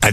À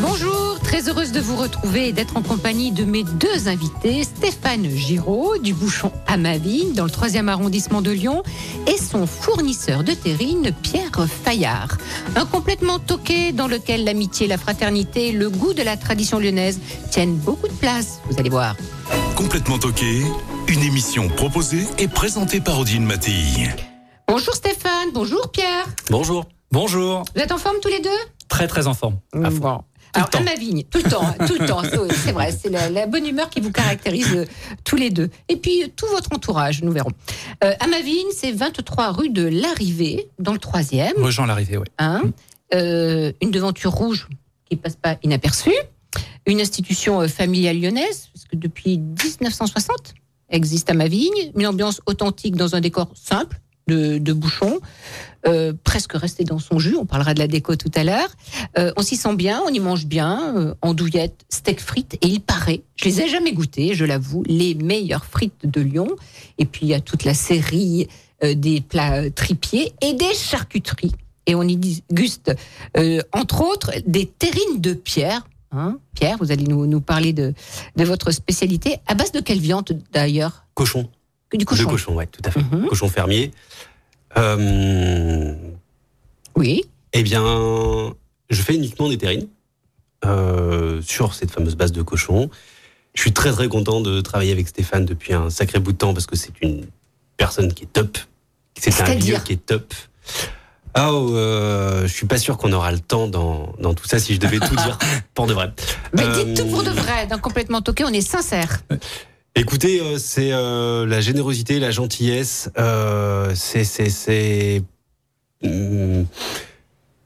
Bonjour, très heureuse de vous retrouver et d'être en compagnie de mes deux invités, Stéphane Giraud du bouchon à ma vigne dans le 3e arrondissement de Lyon et son fournisseur de terrine, Pierre Fayard. Un complètement toqué dans lequel l'amitié, la fraternité, le goût de la tradition lyonnaise tiennent beaucoup de place, vous allez voir. Complètement toqué, une émission proposée et présentée par Odile Mattei. Bonjour Stéphane, bonjour Pierre. Bonjour. Bonjour. Vous êtes en forme tous les deux Très très en forme. À fond. Bon. Mmh. Alors, le temps. à ma vigne, tout le temps, hein, tout le temps, c'est- c'est vrai, c'est la, la bonne humeur qui vous caractérise euh, tous les deux. Et puis, euh, tout votre entourage, nous verrons. Euh, à ma vigne, c'est 23 rue de l'Arrivée, dans le 3e. Rejoins l'arrivée, oui. hein. Euh, une devanture rouge qui passe pas inaperçue. Une institution euh, familiale lyonnaise, parce que depuis 1960, elle existe à ma vigne. Une ambiance authentique dans un décor simple de, de bouchons. Euh, presque rester dans son jus, on parlera de la déco tout à l'heure. Euh, on s'y sent bien, on y mange bien, euh, andouillette, steak frites, et il paraît, je les ai jamais goûtées, je l'avoue, les meilleures frites de Lyon. Et puis il y a toute la série euh, des plats euh, tripiers et des charcuteries. Et on y déguste, euh, entre autres, des terrines de pierre. Hein, Pierre, vous allez nous, nous parler de, de votre spécialité, à base de quelle viande d'ailleurs Cochon. Que Du cochon De cochon, ouais, tout à fait. Mhm. Cochon fermier. Euh, Oui, eh bien, je fais uniquement des terrines euh, sur cette fameuse base de cochon. Je suis très très content de travailler avec Stéphane depuis un sacré bout de temps parce que c'est une personne qui est top. C'est un C'est-à-dire lieu qui est top. Ah, oh, euh, je suis pas sûr qu'on aura le temps dans, dans tout ça si je devais tout dire pour de vrai. mais Euh, dites tout pour de vrai, d'un complètement toqué, on est sincère. Euh, Écoutez, euh, c'est euh, la générosité, la gentillesse, euh, c'est c'est c'est Hum,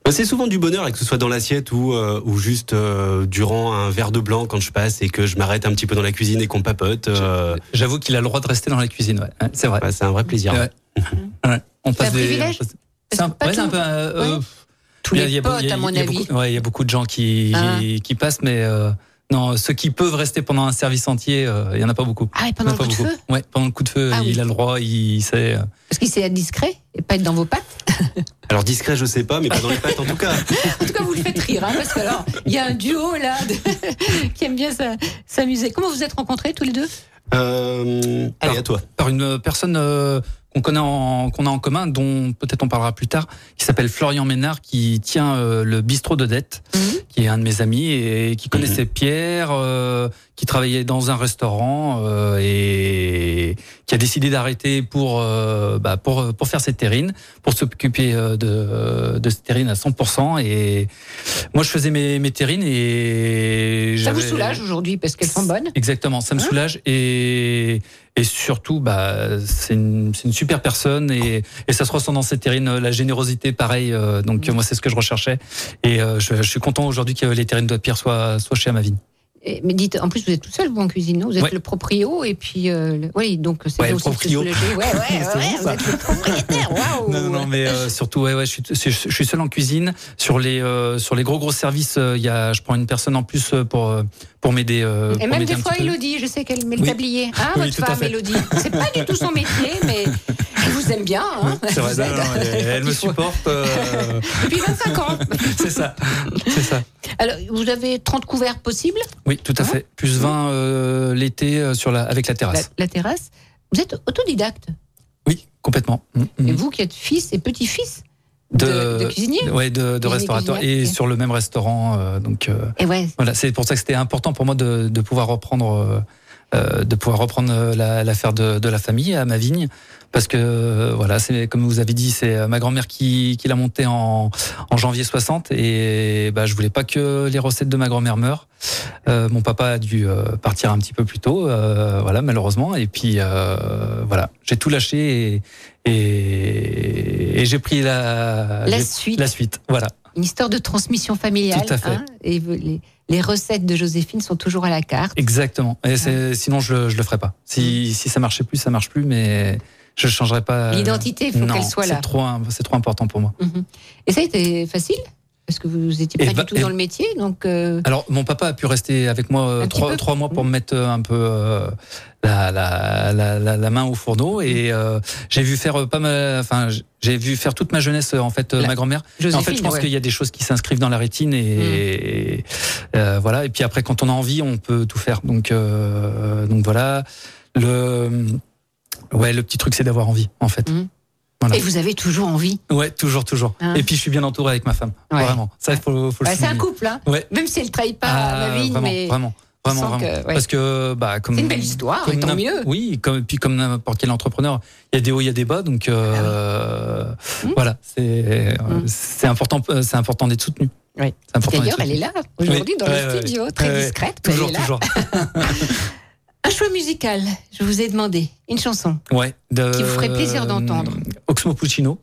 ben, c'est souvent du bonheur, et que ce soit dans l'assiette ou euh, ou juste euh, durant un verre de blanc quand je passe et que je m'arrête un petit peu dans la cuisine et qu'on papote. euh, J'avoue qu'il a le droit de rester dans la cuisine, ouais. Ouais, c'est vrai. bah, c'est un vrai plaisir. Ouais. Ouais. On un privilège on passe- Parce C'est un, que pas ouais, c'est un tout- peu. euh, ouais. euh, Tous il y a- les il y a- potes, il y a- à mon il y a avis. beaucoup- ouais, il y a beaucoup de gens qui, Ah. qui, qui passent, mais euh, non, ceux qui peuvent rester pendant un service entier, euh, il y en a pas beaucoup. Ah, et pendant Il y en le a coup de pas feu beaucoup. Ouais, pendant le coup de feu, Ah oui. il a le droit, il sait. euh, Parce qu'il sait être discret et pas être dans vos pattes. Alors discret, je sais pas, mais pas dans les pattes en tout cas. En tout cas, vous le faites rire, hein, parce que alors, il y a un duo là de- qui aime bien s'a- s'amuser. Comment vous êtes rencontrés tous les deux Euh, allez Alors, à toi. par une euh, personne euh, qu'on connaît en- qu'on a en commun, dont peut-être on parlera plus tard, qui s'appelle Florian Ménard, qui tient euh, le bistrot de dette, Mhm. qui est un de mes amis et qui connaissait Pierre, euh, qui travaillait dans un restaurant euh, et qui a décidé d'arrêter pour euh, bah, pour pour faire cette terrine, pour s'occuper euh, de de cette terrine à 100%. Et moi, je faisais mes, mes terrines et Ça vous j'avais- soulage aujourd'hui parce qu'elles sont bonnes Exactement, ça me Hein soulage et, et surtout, bah, c'est une, c'est une super personne et, et ça se ressent dans cette terrine, euh, la générosité, pareil. euh, donc, Mm. euh, moi, c'est ce que je recherchais et euh, je, je suis content aujourd'hui que les terrines de pierre soient, soient chez Amavine. Et- Mais dites, en plus, vous êtes tout seul, vous, en cuisine, non Vous êtes Ouais. le proprio et puis. euh, le- Oui, donc c'est bien Ouais, le aussi de se proprio. soulager. Ouais, ouais, ouais, C'est bon, vous ça. êtes le propriétaire, waouh Non, non, non, mais euh, surtout, ouais, ouais, je suis, je suis seul en cuisine. Sur les, euh, sur les gros, gros services, euh, il y a, je prends une personne en plus euh, pour, euh, pour m'aider. euh, Et pour même m'aider des un fois, petit peu. Elodie, je sais qu'elle met le Oui. tablier. Ah, Oui, votre tout à femme, fait. Elodie. C'est pas du tout son métier, mais elle vous aime bien. Hein C'est vrai, Vous non, êtes- non, elle, elle me Il faut- supporte. euh, Depuis 25 ans. c'est ça, c'est ça. Alors, vous avez 30 couverts possibles Oui, tout à Hein fait. Plus 20 euh, l'été euh, sur la, avec la la, terrasse. la terrasse. Vous êtes autodidacte. Oui, complètement. Mm, mm. Et vous qui êtes fils et petit-fils de, de cuisinier. Ouais, de, de Cuisinier, restaurateur cuisinière, et ok. sur le même restaurant. euh, donc euh, Et ouais. voilà, c'est pour ça que c'était important pour moi de, de pouvoir reprendre, euh, euh, de pouvoir reprendre euh, la- l'affaire de, de la famille à ma vigne, parce que euh, voilà, c'est comme vous avez dit, c'est euh, ma grand-mère qui, qui l'a montée en, en janvier 60 et bah je voulais pas que les recettes de ma grand-mère meurent. Euh, mon papa a dû euh, partir un petit peu plus tôt, euh, voilà malheureusement. Et puis euh, voilà, j'ai tout lâché et, et, et j'ai pris la La j'ai- suite. la suite, voilà. une histoire de transmission familiale. hein, Tout à fait. et vous- les, les recettes de Joséphine sont toujours à la carte. Exactement. Et c'est- sinon, je le, je le ferai pas. Mm. Si, si ça marchait plus, ça marche plus, mais je changerai pas. L'identité, il faut Euh, Non, qu'elle soit là. C'est trop, im- c'est trop important pour moi. Mhm. Et ça a été facile parce que vous n'étiez Eh pas ben, du tout eh- dans le métier, donc euh, Alors, mon papa a pu rester avec moi euh, Un petit trois, peu. Mm. trois mois pour me mettre euh, un peu euh, la, la, la, la- la main au fourneau et Mm. euh, j'ai vu faire euh, pas mal. Enfin, j- j'ai vu faire toute ma jeunesse euh, en fait euh, La- ma grand-mère. Et Joséphine. en fait, je pense ouais. Hmm. qu'il y a des choses qui s'inscrivent dans la rétine et euh, voilà. Et puis après, quand on a envie, on peut tout faire. Donc euh, donc voilà. Le ouais, le petit truc, c'est d'avoir envie, en fait. Hmm. Et vous avez toujours envie. Ouais, toujours, toujours. Hein. Et puis je suis bien entouré avec ma femme. Ouais. Vraiment. Ça, il faut, faut le Bah, c'est un souligner. couple, hein. Ouais. Même si elle ne trahit pas Ah, ma vie, vraiment, mais vraiment, on vraiment, sent vraiment. que, ouais. Parce que bah comme c'est une belle histoire, Ah, et comme tant n'im- mieux. Oui, comme et puis comme n'importe quel entrepreneur, il y a des hauts, il y a des bas, donc Ah euh, Mmh. voilà, c'est euh, Mm. c'est important, euh, c'est important d'être soutenu. Ouais. C'est important D'ailleurs, d'être elle soutenu. est là aujourd'hui dans Oui. Ouais, le ouais, studio, ouais. très Ouais, ouais. discrète. mais Toujours, elle est là. toujours. Un choix musical. Je vous ai demandé une chanson. Ouais. de- Qui vous ferait plaisir d'entendre. Oxmo Puccino.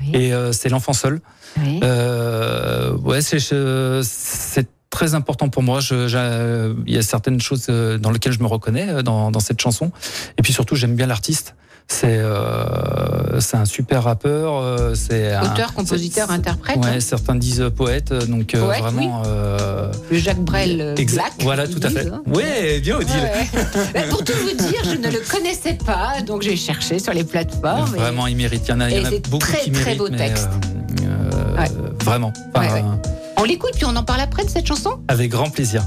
Oui. Et euh, c'est l'enfant seul. Oui. Euh, ouais, c'est je- c'est très important pour moi. Je- j'a- Il y a certaines choses euh, dans lesquelles je me reconnais euh, dans, dans cette chanson. Et puis surtout, j'aime bien l'artiste. C'est euh, c'est un super rappeur. euh, C'est un- Auteur, compositeur, c'est- interprète. Ouais, hein. certains disent euh, poète. euh, Donc euh, Poète, vraiment. euh, Le Jacques Brel euh, exa- Black. Voilà, ils tout à fait. disent, hein. Ouais, bien euh, Odile. Ouais, ouais. Bah, pour tout vous dire, je ne le connaissais pas, donc j'ai cherché sur les plateformes. et- Vraiment, il mérite. Il y en a, il y Oh, et en a c'est beaucoup très, qui très méritent. beau mais, texte. euh, euh, Ouais. Vraiment. Ouais, Enfin, On l'écoute puis on en parle après de cette chanson. Avec grand plaisir.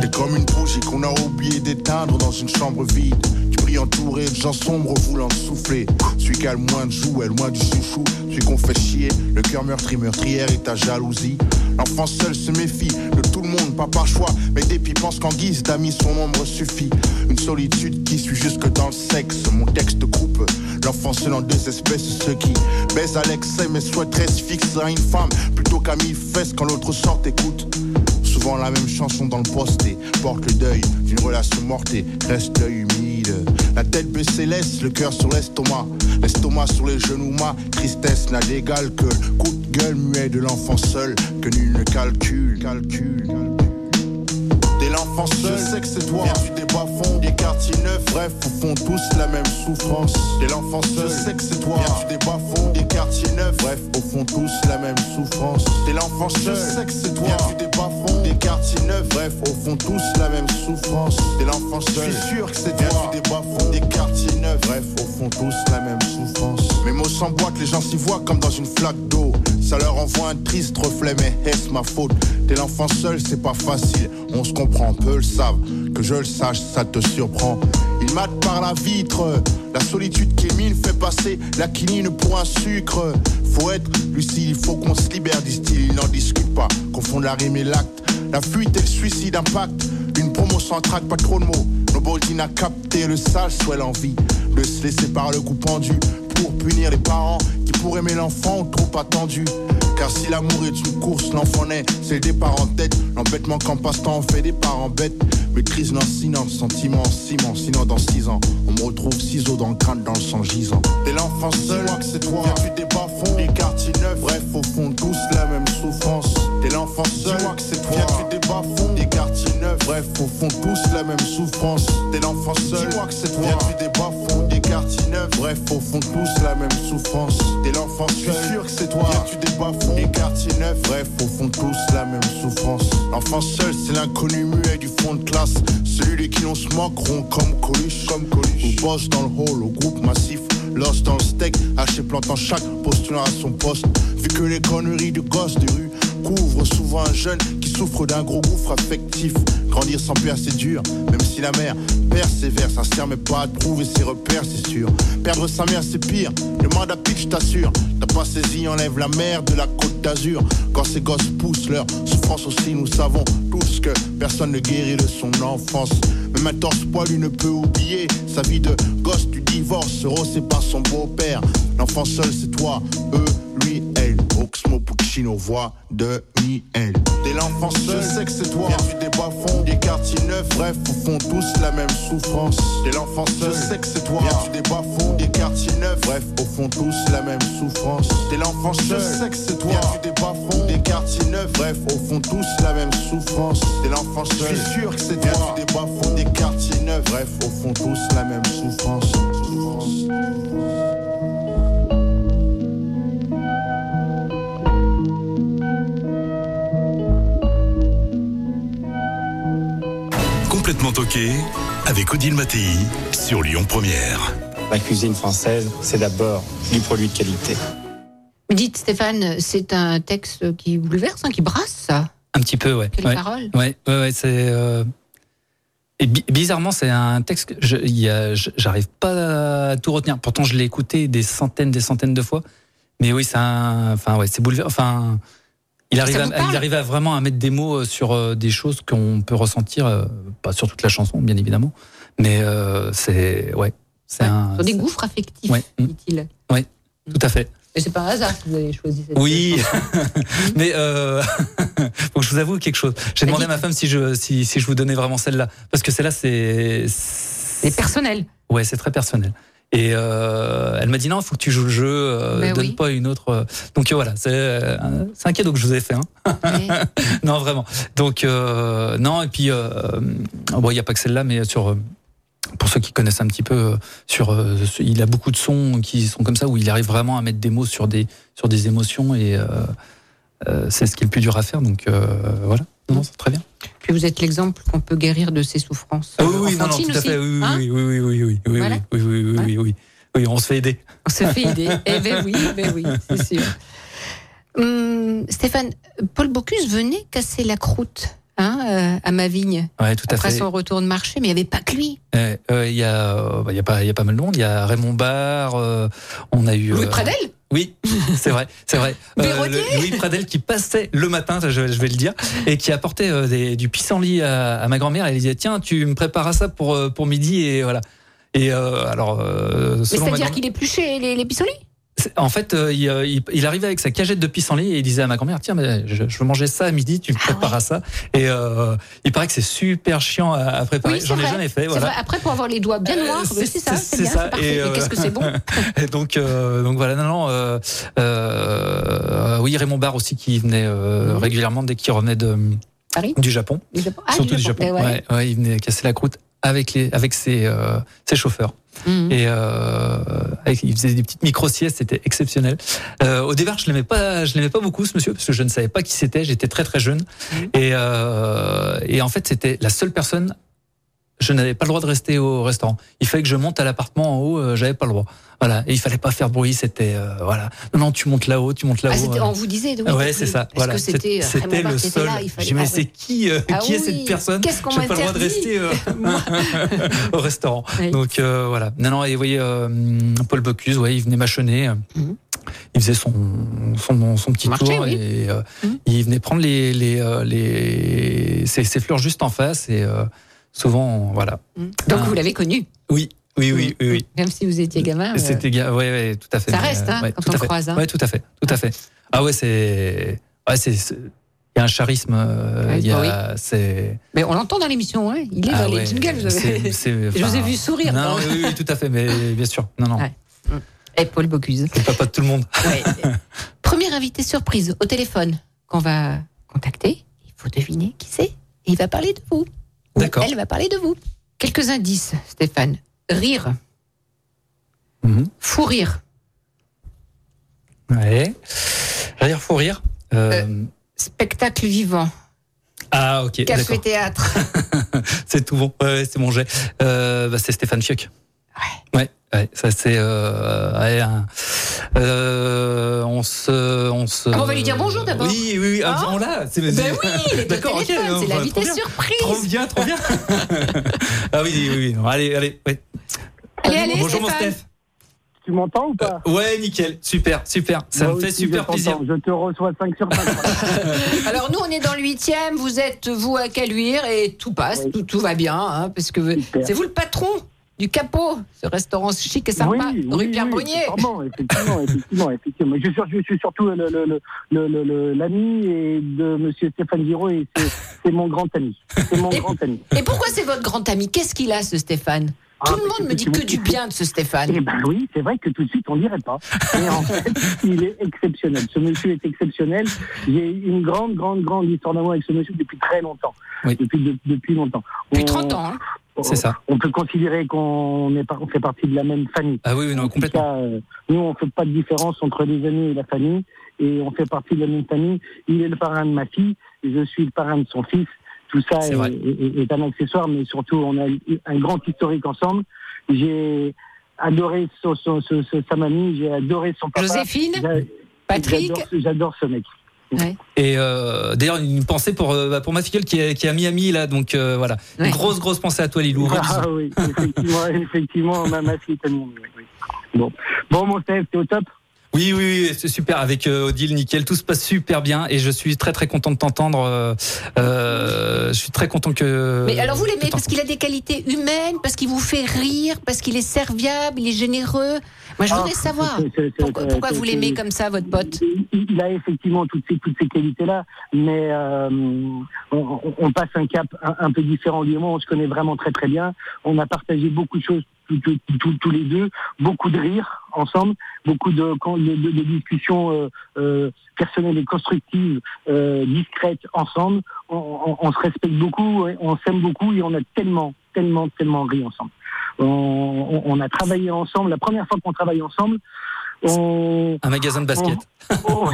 T'es comme une bougie qu'on a oublié d'éteindre dans une chambre vide. Tu pries entouré de gens sombres voulant souffler. Celui qui a le moins de joues est loin du chouchou. Celui qu'on fait chier, le cœur meurtri, meurtrière et ta jalousie. L'enfant seul se méfie de tout le monde, pas par choix, mais dépit pense qu'en guise d'amis son ombre suffit. Une solitude qui suit jusque dans le sexe. Mon texte coupe l'enfant seul en deux espèces. Ceux qui baisent à l'excès mais souhaiteraient se fixer à une femme plutôt qu'à mille fesses quand l'autre sort écoute. Souvent la même chanson dans le poste et porte le deuil d'une relation morte et reste l'œil humide. La tête baissée laisse le cœur sur l'estomac, l'estomac sur les genoux ma tristesse n'a d'égal que le coup de gueule muet de l'enfant seul que nul ne calcule, calcule, calcule. Dès l'enfant seul, je sais que c'est toi. Viens du débat fond, des quartiers neufs. Bref, au fond, tous la même souffrance. Dès l'enfant seul, je sais que c'est toi. Viens du débat fond, des quartiers neufs. Bref, au fond, tous la même souffrance. Dès l'enfant seul, je sais que c'est toi. Viens du débat fond, des quartiers neufs. Bref, au fond, tous la même souffrance. Dès l'enfant seul, je suis sûr que c'est toi. Viens du débat fond, des quartiers neufs. Bref, au fond, tous la même souffrance. Mes mots s'emboîtent, les gens s'y voient comme dans une flaque d'eau. Ça leur envoie un triste reflet, mais est-ce ma faute T'es l'enfant seul, c'est pas facile. On se comprend, peu le savent. Que je le sache, ça te surprend. Il mate par la vitre. La solitude qu'émile fait passer la quinine pour un sucre. Faut être lucide, il faut qu'on se libère, disent-ils. Ils n'en discutent pas. Confondent la rime et l'acte. La fuite et le suicide impact. Une promo sans trac, pas trop de mots. Noboldine a capté le sale soit l'envie de se laisser par le coup pendu pour punir les parents qui pourraient aimer l'enfant trop attendu. Car si l'amour est une course, l'enfant naît, c'est le départ en tête. L'embêtement qu'en passe-temps on fait des parents bêtes. Maîtrise lancinante, sentiment en ciment, sinon dans six ans, on me retrouve ciseaux dans le crâne, dans le sang gisant. Et l'enfant seul, que c'est toi, viens tu des bas fonds, des quartiers neufs, bref, au fond, tous la même souffrance. T'es l'enfant seul, que c'est toi, viens tu des bas fonds, des quartiers neufs, bref, au fond, tous la même souffrance. T'es l'enfant seul, dis-moi que c'est toi, viens tu des bas fonds, des quartiers neufs, bref, au fond, tous la même souffrance. T'es l'enfant seul, je suis sûr que c'est toi, viens tu des bas fonds, des quartiers neufs, bref, au fond, tous la même souffrance. L'enfant seul, c'est l'inconnu muet du fond de classe, celui de qui l'on se moque, rond comme Coluche, comme Coluche. Ou bosse dans le hall, au groupe massif. L'os dans le steak, haché plantant chaque postulant à son poste. Vu que les conneries de gosses de rue couvrent souvent un jeune qui souffre d'un gros gouffre affectif. Grandir sans père, c'est dur, même si la mère persévère, ça se permet pas à trouver ses repères, c'est sûr. Perdre sa mère, c'est pire, demande à Pitch, t'assure. T'as pas saisi, enlève la mer de la côte d'Azur. Quand ces gosses poussent leur souffrance aussi, nous savons tous que personne ne guérit de son enfance. Même un torse poilu ne peut oublier sa vie de gosse du divorce. Rosé par son beau-père. L'enfant seul, c'est toi, eux, lui, elle. Au Oxmo Puccino, voix de Miel. Dès l'enfance, je sais que c'est toi. Viens du débat fond, des quartiers neufs, bref, au fond, tous la même souffrance. Dès l'enfance, je sais que c'est toi. Viens du débat fond, des quartiers neufs, bref, au fond, tous la même souffrance. Dès l'enfance, je sais que c'est toi. Viens du débat fond, des quartiers neufs, bref, au fond, tous la même souffrance. Dès l'enfance, je suis sûr que c'est toi. Viens du débat fond, des quartiers neufs, bref, au fond, tous la même souffrance. souffrance. Complètement toqué avec Odile Mattei sur Lyon Première. La cuisine française, c'est d'abord du produit de qualité. Vous dites, Stéphane, c'est un texte qui bouleverse, hein, qui brasse, ça. Un petit peu, ouais. Quelle Ouais. parole Ouais, ouais, ouais, c'est. euh, Et bi- bizarrement, c'est un texte que je- il y a- je- j'arrive pas à tout retenir. Pourtant, je l'ai écouté des centaines, des centaines de fois. Mais oui, c'est un. Enfin, ouais, c'est bouleversant. Enfin, il arrive, Ça à, vous parle il arrive à vraiment à mettre des mots euh, sur euh, des choses qu'on peut ressentir, euh, pas sur toute la chanson, bien évidemment. Mais euh, c'est. Ouais. C'est un. Sur des Ah, c'est- gouffres affectifs, Ouais. Mm. dit-il. Tout à fait. Et c'est pas un hasard que vous avez choisi cette Oui, mais euh, faut que je vous avoue quelque chose. J'ai demandé à Vas-y. ma femme si je si, si je vous donnais vraiment celle-là parce que celle-là c'est C'est personnel. ouais c'est très personnel. Et euh, elle m'a dit non, faut que tu joues le jeu, euh, Ben donne oui. pas une autre. euh. Donc euh, voilà, c'est euh, un- c'est un cadeau que je vous ai fait. Hein. Ouais. Non vraiment. Donc euh, non et puis euh, bon il y a pas que celle-là, mais sur euh, pour ceux qui connaissent un petit peu euh, sur euh, ce- il a beaucoup de sons qui sont comme ça où il arrive vraiment à mettre des mots sur des sur des émotions et euh, euh, c'est ce qui est le plus dur à faire donc euh, voilà. Non, non, c'est très bien. Puis vous êtes l'exemple qu'on peut guérir de ses souffrances. Enfantines aussi, Ah Oui, hein oui, oui, oui, oui, oui, Voilà. oui, oui, oui, oui, oui, oui, on se fait aider. On se fait aider. eh ben oui, ben oui, c'est sûr. Hum, Stéphane, Paul Bocuse venait casser la croûte hein, euh, à ma vigne Ouais, tout à après fait. son retour de marché, mais il n'y avait pas que lui. Ouais, euh, Il y a, euh, bah, il y a pas, il y a pas mal de monde. Il y a Raymond Barre. euh, on a eu. Louis euh, Pradel Oui, c'est vrai, c'est vrai. Euh, Véronier le- Louis Pradel qui passait le matin, je, je vais le dire, et qui apportait euh, des- du pissenlit à, à ma grand-mère. Elle lui disait tiens, tu me préparas ça pour euh, pour midi et voilà. Et euh, alors, euh, Mais c'est-à-dire selon ma grand-mère- qu'il épluchait les, les pissenlits C'est- En fait, euh, il, euh, il- il arrivait avec sa cagette de pissenlit et il disait à ma grand-mère, tiens, mais je, je veux manger ça à midi, Ah tu me prépares ça. Et euh, il paraît que c'est super chiant à, à préparer. Oui, c'est J'en ai vrai. jamais fait. C'est Voilà. vrai, Après, pour avoir les doigts bien noirs, Euh, c'est ça, c'est bien, c'est parfait. Et, Et, euh, qu'est-ce que c'est bon et donc, euh, donc voilà, non, non. euh, euh, oui, Raymond Barre aussi qui venait euh, Mhm. régulièrement dès qu'il revenait de, Paris du Japon, Du Japon. Ah, surtout du Japon. eh ouais. Ouais, ouais, il venait casser la croûte avec les, avec ses, euh, ses chauffeurs. Hum. Et euh, avec- il faisait des petites micro-siestes, c'était exceptionnel. Euh, au départ, je l'aimais pas, je l'aimais pas beaucoup ce monsieur parce que je ne savais pas qui c'était, j'étais très très jeune. Mm-hmm. Et, euh, et en fait, c'était la seule personne. Je n'avais pas le droit de rester au restaurant. Il fallait que je monte à l'appartement en haut, euh, j'avais pas le droit. Voilà, et il fallait pas faire bruit, c'était euh, voilà. Non, non, tu montes là-haut, tu montes Ah, là-haut. c'était- euh. on vous disait. Oui, ouais, oui, c'est ça. Parce Voilà, que c'était euh, C'était- Raymond Barre c'était le qui était seul. là, il fallait- J'ai dit, mais Ah, c'est oui. qui, euh, Ah qui est oui, cette personne Qu'est-ce qu'on J'ai pas le droit de m'interdit rester euh, Moi. au restaurant. Oui. Donc euh, voilà. Non, non, et vous voyez, euh, Paul Bocuse, ouais, il venait mâchonner. euh, Mhm. Il faisait son, son, son petit Marché, tour oui. et euh, Mhm. il venait prendre les, les, euh, les, ses, ses fleurs juste en face et euh, souvent, voilà. Donc Ah. vous l'avez connu. Oui, oui, oui, oui. oui. Même si vous étiez gamin. Mhm. euh, C'était, ga- ouais, ouais, tout à fait. Ça Mais, reste, hein, ouais, quand tout on à le fait. croise, hein. Ouais, tout à fait, tout à fait. Ah ouais, c'est, ouais, c'est, c'est- il y a un charisme, euh, Ouais, il y bah oui. a, c'est. Mais on l'entend dans l'émission, hein. il est ah dans ouais, les jingles. vous avez- c'est- c'est- Je vous ai enfin, vu sourire. Non, dans- oui, oui, oui, tout à fait, mais bien sûr, non, non, Ouais. Et Eh, Paul Bocuse. c'est pas pas de tout le monde. Ouais. Premier invité surprise au téléphone qu'on va contacter. Il faut deviner qui c'est. Et il va parler de vous. Ou D'accord. Elle va parler de vous. Quelques indices, Stéphane. Rire, Mhm. fou rire, Ouais. Rire, faut rire. Euh, spectacle vivant, ah, café ok. d'accord. théâtre. C'est tout bon. Ouais, ouais, c'est mon jet. Euh, bah, c'est Stéphane Fiuc. Ouais. Ouais, ça c'est. Euh, ouais, un- euh, on se, on se. Ah, on va lui dire bonjour d'abord. Oui, oui, oui. ah, Hein on l'a. c'est- Ben oui, il est au D'accord, ok, téléphone, on c'est va- trop l'invité bien. surprise. Trop bien, trop bien. ah oui, oui, oui. Allez, allez. ouais. Allez, allez, bonjour mon Stéphane. Steph. Tu m'entends ou pas Ouais, nickel, super, super. Ça Moi me fait aussi, super je plaisir. t'entends. Je te reçois 5 sur 5. Alors nous, on est dans le huitième, vous êtes vous à Caluire et tout passe, Oui. tout, tout va bien, hein, parce que Super. c'est vous le patron du capot, ce restaurant chic et sympa, oui, rue oui, Pierre oui, Brunier. sûrement, effectivement, effectivement, effectivement. Je suis, je suis surtout l'ami le, le, le, le- le- l'ami et de Monsieur Stéphane Giraud et c'est c'est mon grand ami. C'est mon Et- grand ami. Et pourquoi c'est votre grand ami Qu'est-ce qu'il a, ce Stéphane Ah, Tout le mais monde c'est me dit tout ce que qui du vous- bien de ce Stéphane. Eh ben oui, c'est vrai que tout de suite on dirait pas. Mais en fait, il est exceptionnel. Ce monsieur est exceptionnel. J'ai une grande, grande, grande histoire d'amour avec ce monsieur depuis très longtemps. Oui. Depuis de- depuis longtemps. Depuis On- 30 ans. hein. on- C'est ça. On peut considérer qu'on est par- on fait partie de la même famille. Ah oui, oui, non, En tout complètement. cas, euh, nous, on fait pas de différence entre les amis et la famille, et on fait partie de la même famille. Il est le parrain de ma fille, et je suis le parrain de son fils. Tout ça C'est est, vrai. est- est un accessoire, mais surtout, on a un grand historique ensemble. J'ai adoré son- son- ce- ce- sa mamie, j'ai adoré son papa. Joséphine, J'a- Patrick. j'adore ce- J'adore ce mec. Et euh, d'ailleurs, une pensée pour euh, bah, pour ma filleule qui est, qui est à Miami là, donc euh, voilà, Ouais. grosse grosse pensée à toi, Lilou. Ah oui, effectivement, effectivement, ma, ma fille est amoureux, oui. Bon. bon, mon Steph, t'es au top Oui, oui, oui, c'est super avec euh, Odile, nickel, tout se passe super bien et je suis très très content de t'entendre. euh, euh, je suis très content que. Mais alors vous que l'aimez parce qu'il t'entends. a des qualités humaines, parce qu'il vous fait rire, parce qu'il est serviable, il est généreux. Moi, je Ah, voudrais savoir c'est- c'est- c'est- pourquoi, c'est- pourquoi c'est- vous c'est- l'aimez comme ça, votre pote. Il il a effectivement toutes ces, toutes ces qualités-là, mais euh, on, on passe un cap un, un peu différent du moment. On se connaît vraiment très très bien. On a partagé beaucoup de choses tous- tous- tous- tous les deux, beaucoup de rires ensemble, beaucoup de, con- de- de- de discussions euh, euh, personnelles et constructives, euh, discrètes ensemble. On, on- on se respecte beaucoup, et on s'aime beaucoup et on a tellement, tellement, tellement ri ensemble. On, on- on a travaillé ensemble. La première fois qu'on travaille ensemble, on, un magasin de basket. Oh,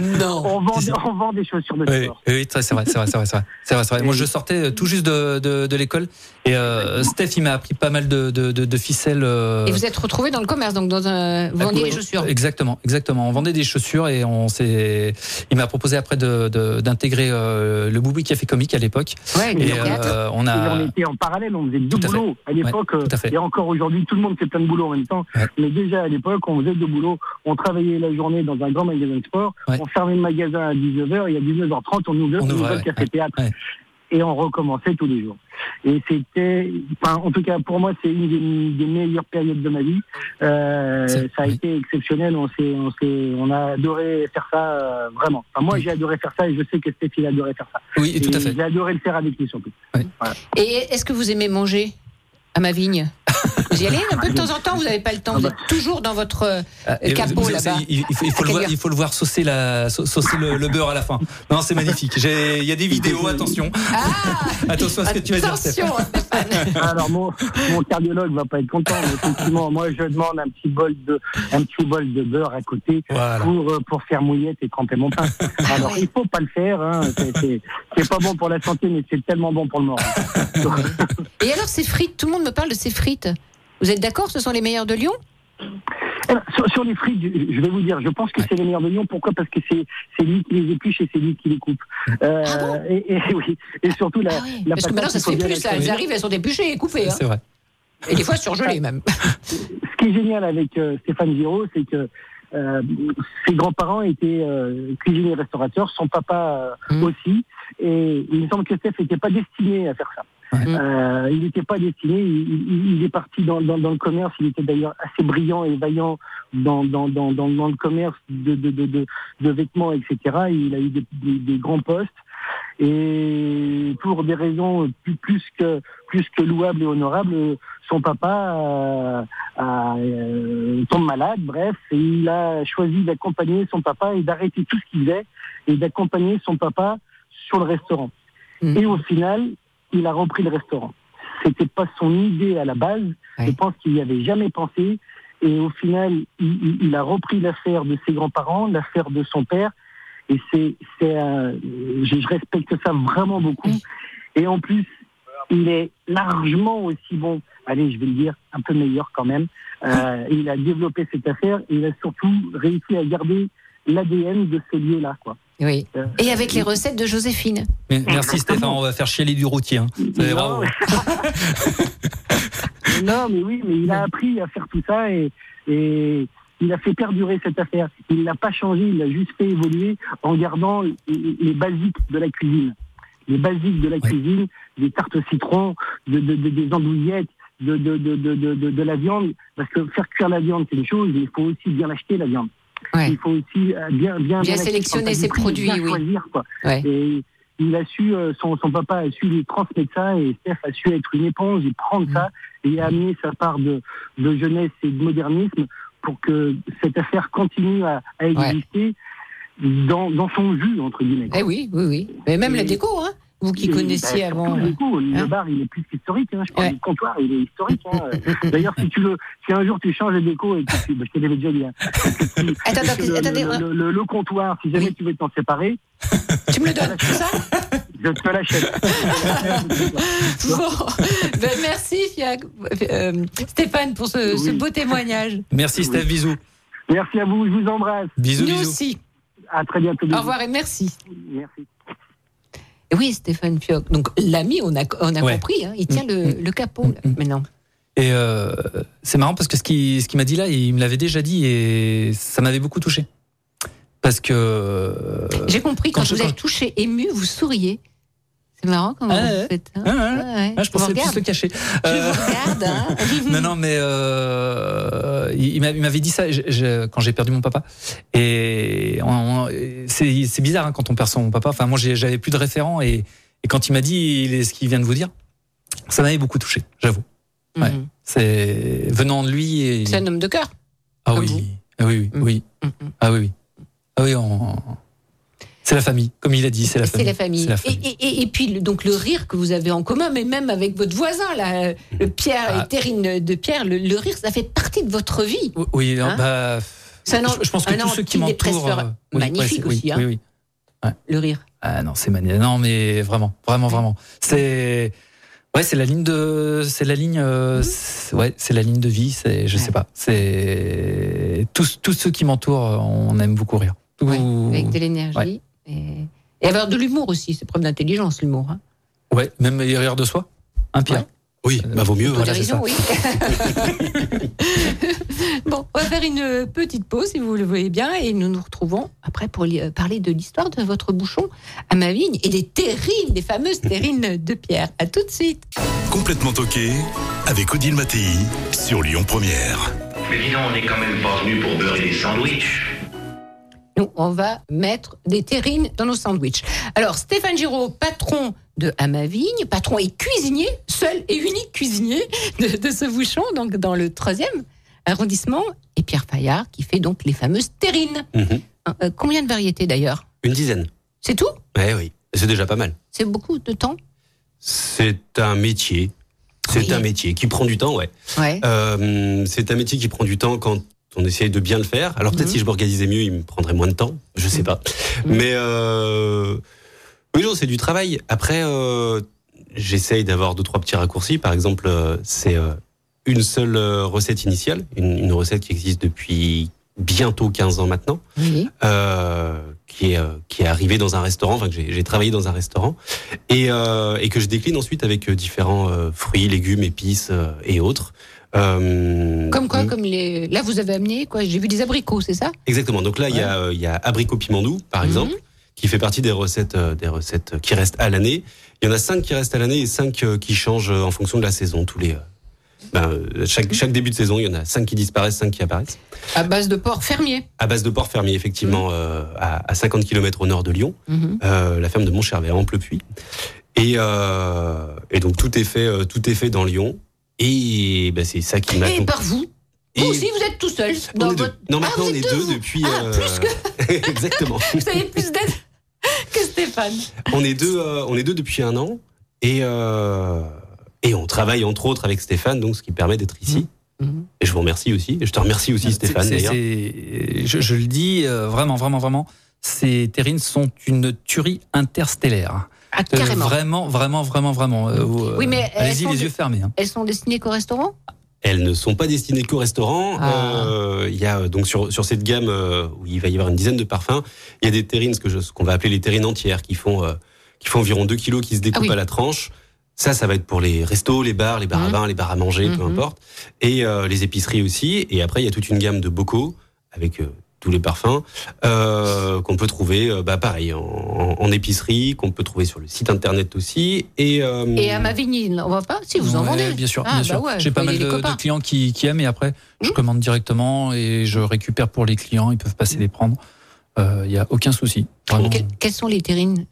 Non. on, vend, Si, si. on vend des chaussures de Oui, sport. oui, oui, ça, c'est vrai, c'est vrai, c'est vrai, c'est vrai. C'est vrai, c'est vrai. Moi, je sortais euh, tout juste de, de, de l'école et euh, Steph, il m'a appris pas mal de, de, de, de ficelles. euh, Et vous êtes retrouvé dans le commerce, donc dans un. Bah, Vous vendez Ouais, des chaussures. Exactement, exactement. On vendait des chaussures et on s'est. Il m'a proposé après de- de- d'intégrer euh, le Bouboui Café Comique à l'époque. Ouais, Et numéro quatre. euh, on Et a. on était en parallèle, on faisait deux Tout à fait. boulots. À l'époque, tout à fait. et encore aujourd'hui, tout le monde fait plein de boulots en même temps. Ouais. Mais déjà à l'époque, on faisait deux boulots. On travaillait la journée dans un grand magasin de sport. Ouais. On fermait le magasin à 19h et à 19h30, on ouvrait, On on ouvrait, ouvrait ouais. le café-théâtre. Ouais. Et on recommençait tous les jours. Et c'était, enfin, en tout cas pour moi, c'est une des, des meilleures périodes de ma vie. Euh, C'est- ça a oui. été exceptionnel. On s'est, on s'est, on a adoré faire ça euh, vraiment. Enfin, moi, Oui. j'ai adoré faire ça et je sais que Stéphie a adoré faire ça. Oui, Mm. tout à Et fait. J'ai adoré le faire avec lui surtout. Et est-ce que vous aimez manger à ma vigne Vous y allez un peu de temps en temps, vous n'avez pas le temps, vous êtes toujours dans votre. Ah, et Capot, vous- vous- là-bas. Il, il faut, il faut À le voir, quelle il faut le voir saucer, la, sau- saucer le, le beurre à la fin. Non, c'est magnifique. J'ai- Il y a des vidéos, attention. Ah Attention à ce que tu vas dire, Steph. Attention Stéphane. Ah, Alors mon, mon cardiologue va pas être content, mais effectivement, moi je demande un petit bol de un petit bol de beurre à côté Voilà. pour euh, pour faire mouillette et tremper mon pain. Alors il faut pas le faire, hein. c'est, c'est, c'est pas bon pour la santé, mais c'est tellement bon pour le moral. Et alors ces frites, tout le monde me parle de ces frites. Vous êtes d'accord, ce sont les meilleurs de Lyon Alors, euh, sur, sur les frites, je je vais vous dire, je pense que c'est les meilleurs de Lyon. Pourquoi Parce que c'est c'est lui qui les épluche et c'est lui qui les coupe. Euh, Ah bon et, et oui, et surtout la, Ah oui. la Parce que patate, maintenant ça il se faut fait bien plus, la- là. elles arrivent, elles sont dépluchées et coupées. hein. C'est vrai. Et des fois surgelées même. ce qui est génial avec euh, Stéphane Giraud, c'est que euh, ses grands-parents étaient euh, cuisiniers restaurateurs, son papa euh, Mm. aussi, et il me semble que Steph n'était pas destiné à faire ça. Ouais. Euh, il n'était pas destiné, il, il- il est parti dans, dans- dans le commerce, il était d'ailleurs assez brillant et vaillant dans, dans, dans, dans- dans le commerce de, de, de, de, de vêtements, etc. Il a eu des, des- des grands postes. Et pour des raisons plus, plus que plus que louables et honorables, son papa euh, à, euh, tombe malade, bref, et il a choisi d'accompagner son papa et d'arrêter tout ce qu'il faisait et d'accompagner son papa sur le restaurant. Mm. Et au final, il a repris le restaurant. C'était pas son idée à la base. Ouais. Je pense qu'il n'y avait jamais pensé. Et au final, il, il- il a repris l'affaire de ses grands-parents, l'affaire de son père. Et c'est, c'est, un- je, je respecte ça vraiment beaucoup. Et en plus, il est largement aussi bon. Allez, je vais le dire, un peu meilleur quand même. Euh, il a développé cette affaire. Et il a surtout réussi à garder l'ADN de ce lieu-là, quoi. Oui. Euh, Et avec les recettes de Joséphine. Mais merci, Stéphane. On va faire chier les du routier. hein. C'est- bravo. Mais non, mais oui, mais il a appris à faire tout ça et, et il a fait perdurer cette affaire. Il l'a pas changé, il l'a juste fait évoluer en gardant les, les basiques de la cuisine. Les basiques de la Ouais. cuisine, des tartes au citron, de, de- de- des andouillettes, de, de, de, de, de, de- de la viande, parce que faire cuire la viande, c'est une chose, mais il faut aussi bien l'acheter, la viande. Ouais. Il faut aussi euh, bien, bien, Bien l'acheter, sélectionner quand t'as du ses prix, produits, bien oui. choisir, quoi. Ouais. Et il a su, euh, son, son papa a su lui transmettre ça et Steph a su être une éponge et prendre ça Mm. et amener sa part de, de jeunesse et de modernisme pour que cette affaire continue à, à exister dans, dans son jus, entre guillemets. Eh oui, oui, oui. Mais même Et- la déco, hein. Vous qui Et, connaissiez bah, surtout, avant. du coup, le hein. bar, il est plus qu'historique. Hein. Je parle Ouais. du comptoir, il est historique. hein. D'ailleurs, si tu le, si un jour tu changes les déco et que tu, bah, je te l'avais déjà dit, hein. Attends, Parce que attendez, le, Ah, bah, attendez, le- le- le- le comptoir, si jamais tu veux t'en séparer, tu me le donnes, c'est ça je te l'achète. Bon. Ben, merci, Fiac- euh, Stéphane, pour ce, ce Oui. beau témoignage. Merci Steph, bisous. Merci à vous, je vous embrasse. Bisous, Nous bisous. aussi. À très bientôt. Au revoir et merci. Merci. Oui, Stéphane Fioc. Donc, l'ami, on a, on a Ouais. Mm. compris, hein, il tient le, le capot, là, maintenant. Et euh, c'est marrant parce que ce qu'il ce qu'il m'a dit là, il me l'avait déjà dit et ça m'avait beaucoup touché. Parce que. euh, J'ai compris, quand, quand je- vous êtes quand- touché, ému, vous souriez. C'est marrant comment Ah vous ouais. faites. hein. Ah ouais. Ouais, ouais. ah, je pensais vous plus regarde. le cacher. Je Euh, vous regarde. hein. non, non, mais euh, il il m'a- il m'avait dit ça je- je- quand j'ai perdu mon papa. Et on- on- c'est c'est bizarre hein, quand on perd son papa. Enfin, moi, j'ai- j'avais plus de référent et, et quand il m'a dit il est- ce qu'il vient de vous dire, ça m'avait beaucoup touché, j'avoue. Ouais. Mhm. C'est venant de lui et. C'est un homme de cœur. Ah comme oui, vous. ah oui, oui, Mhm. oui. Mm, mm. Ah oui, oui. Ah oui, on- c'est la famille, comme il a dit, c'est la C'est famille. la famille. C'est la famille. Et, et- et- et puis, le- donc, le rire que vous avez en commun, mais même avec votre voisin, là, le Pierre Ah. et Terrine de Pierre, le, le rire, ça fait partie de votre vie. Oui, Oui, Hein bah, C'est un an- je, je pense que un tous ceux qui m'entourent. antidépresseur euh, oui, magnifique ouais, c'est- oui, aussi, hein. Oui, oui. Le rire. Ah non, c'est magnifique. Non, mais vraiment, vraiment, vraiment. C'est. Ouais, c'est la ligne de, c'est la ligne, euh, c'est- ouais, c'est la ligne de vie. C'est, je Mhm. Ouais. sais pas. C'est tous, tous ceux qui m'entourent, euh, on aime beaucoup rire. Tout- Ouais, Avec de l'énergie. Ouais. Et, et avoir de l'humour aussi, c'est preuve d'intelligence, l'humour. hein. ouais, même les rires de soi. Un pire. Oui, euh, bah vaut mieux. voilà, c'est Autodérision, ça. oui. bon, on va faire une petite pause, si vous le voulez bien, et nous nous retrouvons après pour li- euh, parler de l'histoire de votre bouchon à ma vigne et des terrines, des fameuses terrines de pierre. À tout de suite. Complètement toqué avec Odile Mattei sur Lyon Première. Mais dis donc, on n'est quand même pas venu pour beurrer des sandwichs. Nous, on va mettre des terrines dans nos sandwichs. Alors, Stéphane Giraud, patron de À ma vigne, patron et cuisinier, seul et unique cuisinier de, de ce bouchon, donc dans le troisième arrondissement, et Pierre Fayard qui fait donc les fameuses terrines. Mhm. Hein, euh, combien de variétés d'ailleurs Une dizaine. C'est tout Ouais, oui. C'est déjà pas mal. C'est beaucoup de temps C'est un métier. C'est Oui. un métier qui prend du temps, ouais. Ouais. Euh, c'est un métier qui prend du temps quand on essaye de bien le faire. Alors peut-être Mhm. si je m'organisais mieux, il me prendrait moins de temps. Je sais pas. Mhm. Mais euh, oui, non, c'est du travail. Après, euh, j'essaye d'avoir deux trois petits raccourcis. Par exemple, euh, c'est euh, une seule euh, recette initiale, une, une recette qui existe depuis bientôt 15 ans maintenant, Oui. euh, qui est euh, qui est arrivée dans un restaurant. Enfin, que j'ai j'ai travaillé dans un restaurant et, euh, et que je décline ensuite avec euh, différents euh, fruits, légumes, épices euh, et autres. Euh, Comme quoi, mm. comme les. Là, vous avez amené quoi J'ai vu des abricots, c'est ça Exactement. Donc là, il y a euh, il y a abricot pimandou, par Mhm. exemple, qui fait partie des recettes euh, des recettes qui restent à l'année. Il y en a cinq qui restent à l'année et cinq euh, qui changent euh, en fonction de la saison. Tous les euh, ben, euh, chaque chaque début de saison, il y en a cinq qui disparaissent, cinq qui apparaissent. À base de porc fermier. À base de port fermier, Mhm. effectivement, euh, à, à 50 km au nord de Lyon, euh, la ferme de Montchervet, Ample-Puy. Et, euh, et donc tout est fait, euh, tout est fait dans Lyon. Et ben, c'est ça qui m'a. Et donc- par vous Et- Vous aussi, vous êtes tout seul. on dans est deux. votre- Non, Ah, maintenant vous on êtes est deux, deux, vous depuis. Ah, euh, plus Exactement. Vous avez plus d'aide que Stéphane. On est deux, euh, on est deux depuis un an et euh, et on travaille entre autres avec Stéphane, donc ce qui permet d'être ici. Mhm. Et je vous remercie aussi. Et je te remercie aussi, Stéphane. Mmh. Ah, C'est- c'est- D'ailleurs, c'est- je, je le dis euh, vraiment, vraiment, vraiment. Ces terrines sont une tuerie interstellaire. Ah, Euh, carrément. vraiment, vraiment, vraiment, vraiment. euh, vous, euh, Oui, mais elles allez-y sont les de- yeux fermés. hein. Elles sont destinées qu'au restaurant elles ne sont pas destinées qu'au restaurant. Ah. Euh, Il y a euh, donc sur sur cette gamme euh, où il va y avoir une dizaine de parfums. Il y a des terrines, ce que je- ce qu'on va appeler les terrines entières, qui font euh, qui font environ 2 kilos, qui se découpent Ah oui. à la tranche. Ça, ça va être pour les restos, les bars, les bars à Mhm. vin, les bars à manger, peu Mhm. importe, et euh, les épiceries aussi. Et après, il y a toute une gamme de bocaux avec euh, tous les parfums euh, qu'on peut trouver, euh, bah, pareil, en, en épicerie, qu'on peut trouver sur le site internet aussi. Et, euh, Et à ma vigne, on va pas Si, vous en Ouais, vendez Bien sûr, Ah, bien bah sûr. ouais, J'ai pas voyez mal les de, copains. Mmh. de clients qui, qui aiment et après, je commande directement et je récupère pour les clients. Ils peuvent Mmh. passer les prendre. Il n'y a aucun souci. Vraiment. Que- quelles sont les terrines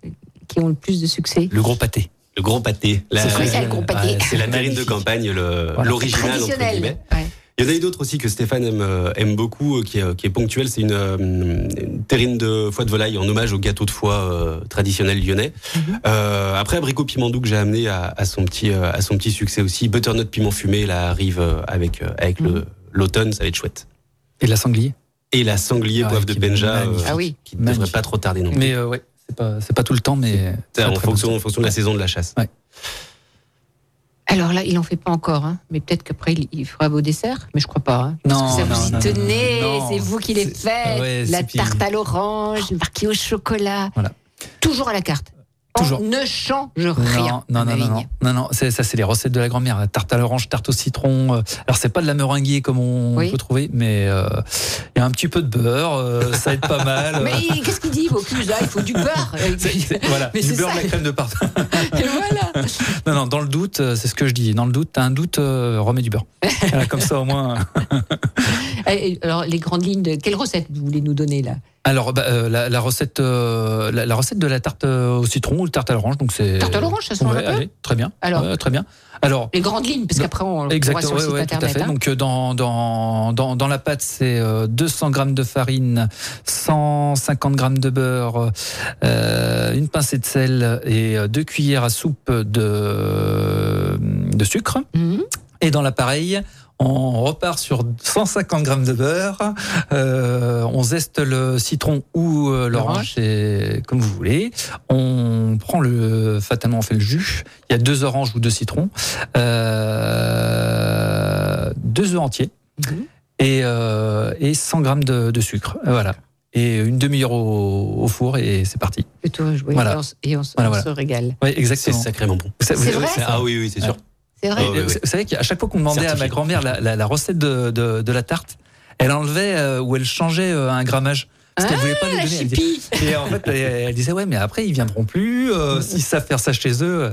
qui ont le plus de succès Le gros pâté. Le gros pâté. La- C'est vrai, c'est le gros pâté. Ouais, c'est la terrine de campagne, le- l'original, entre guillemets. Traditionnel. Ouais. Il y en a une autre aussi que Stéphane aime, euh, aime beaucoup, euh, qui, est- qui est ponctuelle, c'est une, euh, une terrine de foie de volaille en hommage au gâteau de foie euh, traditionnel lyonnais. Mhm. Euh, après, abricot piment doux que j'ai amené à, à son petit, euh, à son petit succès aussi. Butternut piment fumé, là, arrive euh, avec, euh, avec Mhm. le- l'automne, ça va être chouette. Et la sanglier. Et la sanglier Ah, poivre de qui est Benja, euh, magnifique. Ah oui. qui ne devrait Magnifique. pas trop tarder non plus. Mais euh, ouais, c'est pas, c'est pas tout le temps, mais. euh, Ça, très, en, très bon. fonction, en fonction de la saison de la chasse. Alors là, il en fait pas encore, hein. mais peut-être qu'après, il, il fera vos desserts, mais je crois pas. hein. Parce Non, que ça non, vous y non, non, tenez, non, non. c'est vous qui les faites. ouais, la c'est puis- tarte à l'orange, le marquis au chocolat. Voilà. Toujours à la carte. On Toujours. ne change rien. Non, à ma non, non, non, vigne. non, non, non, c'est- ça c'est les recettes de la grand-mère. La Tarte à l'orange, tarte au citron. euh, Alors c'est pas de la meringuée comme on Oui. peut trouver, mais euh, il y a un petit peu de beurre, euh, ça aide pas mal. Ah, euh, Mais il- qu'est-ce qu'il dit, Bocuse là Il faut du beurre. C'est- voilà, Mais du c'est beurre, ça. de la crème de parfum. Et voilà. Non, non, dans le doute, euh, c'est ce que je dis. Dans le doute, t'as un doute, euh, remets du beurre. Voilà, comme ça au moins. euh. Et- et Eh, Alors, les grandes lignes, de... quelle recette vous voulez nous donner là Alors bah, euh, la, la recette, euh, la, la recette de la tarte euh, au citron ou tarte à l'orange, donc c'est Tarte à l'orange, ça se mange Ouais, un peu allez, très bien. Alors. Ouais, très bien. Alors Les grandes lignes, parce qu'après, on le voit sur le Exactement, ouais, site ouais, tout à internet. fait. hein. Donc euh, dans, dans, dans, dans la pâte, c'est euh, 200 grammes de farine, 150 grammes de beurre, euh, une pincée de sel et euh, deux cuillères à soupe de, de sucre. Mhm. Et dans l'appareil, on repart sur 150 grammes de beurre. euh, on zeste le citron ou euh, l'orange, c'est comme vous voulez. On prend le, fatalement on fait le jus. Il y a deux oranges ou deux citrons, euh, deux œufs entiers et, euh, et 100 grammes de, de sucre. Voilà. Et une demi-heure au, au four et c'est parti. Plutôt jouer Voilà. et on, se- et on se- Voilà, on voilà. se régale. Ouais, exactement. C'est sacrément bon. Ça- vous- C'est vrai Ah oui, oui, c'est sûr. C'est vrai. Ah ouais, vous, ouais. vous savez qu'à chaque fois qu'on demandait à Certifié. ma grand-mère la, la- la recette de, de- de la tarte, elle enlevait euh, ou elle changeait euh, un grammage. Ah, Parce qu'elle voulait pas les donner. Elle disait- et en fait, elle, elle disait ouais, mais après ils viendront plus. euh, S'ils savent faire ça chez eux,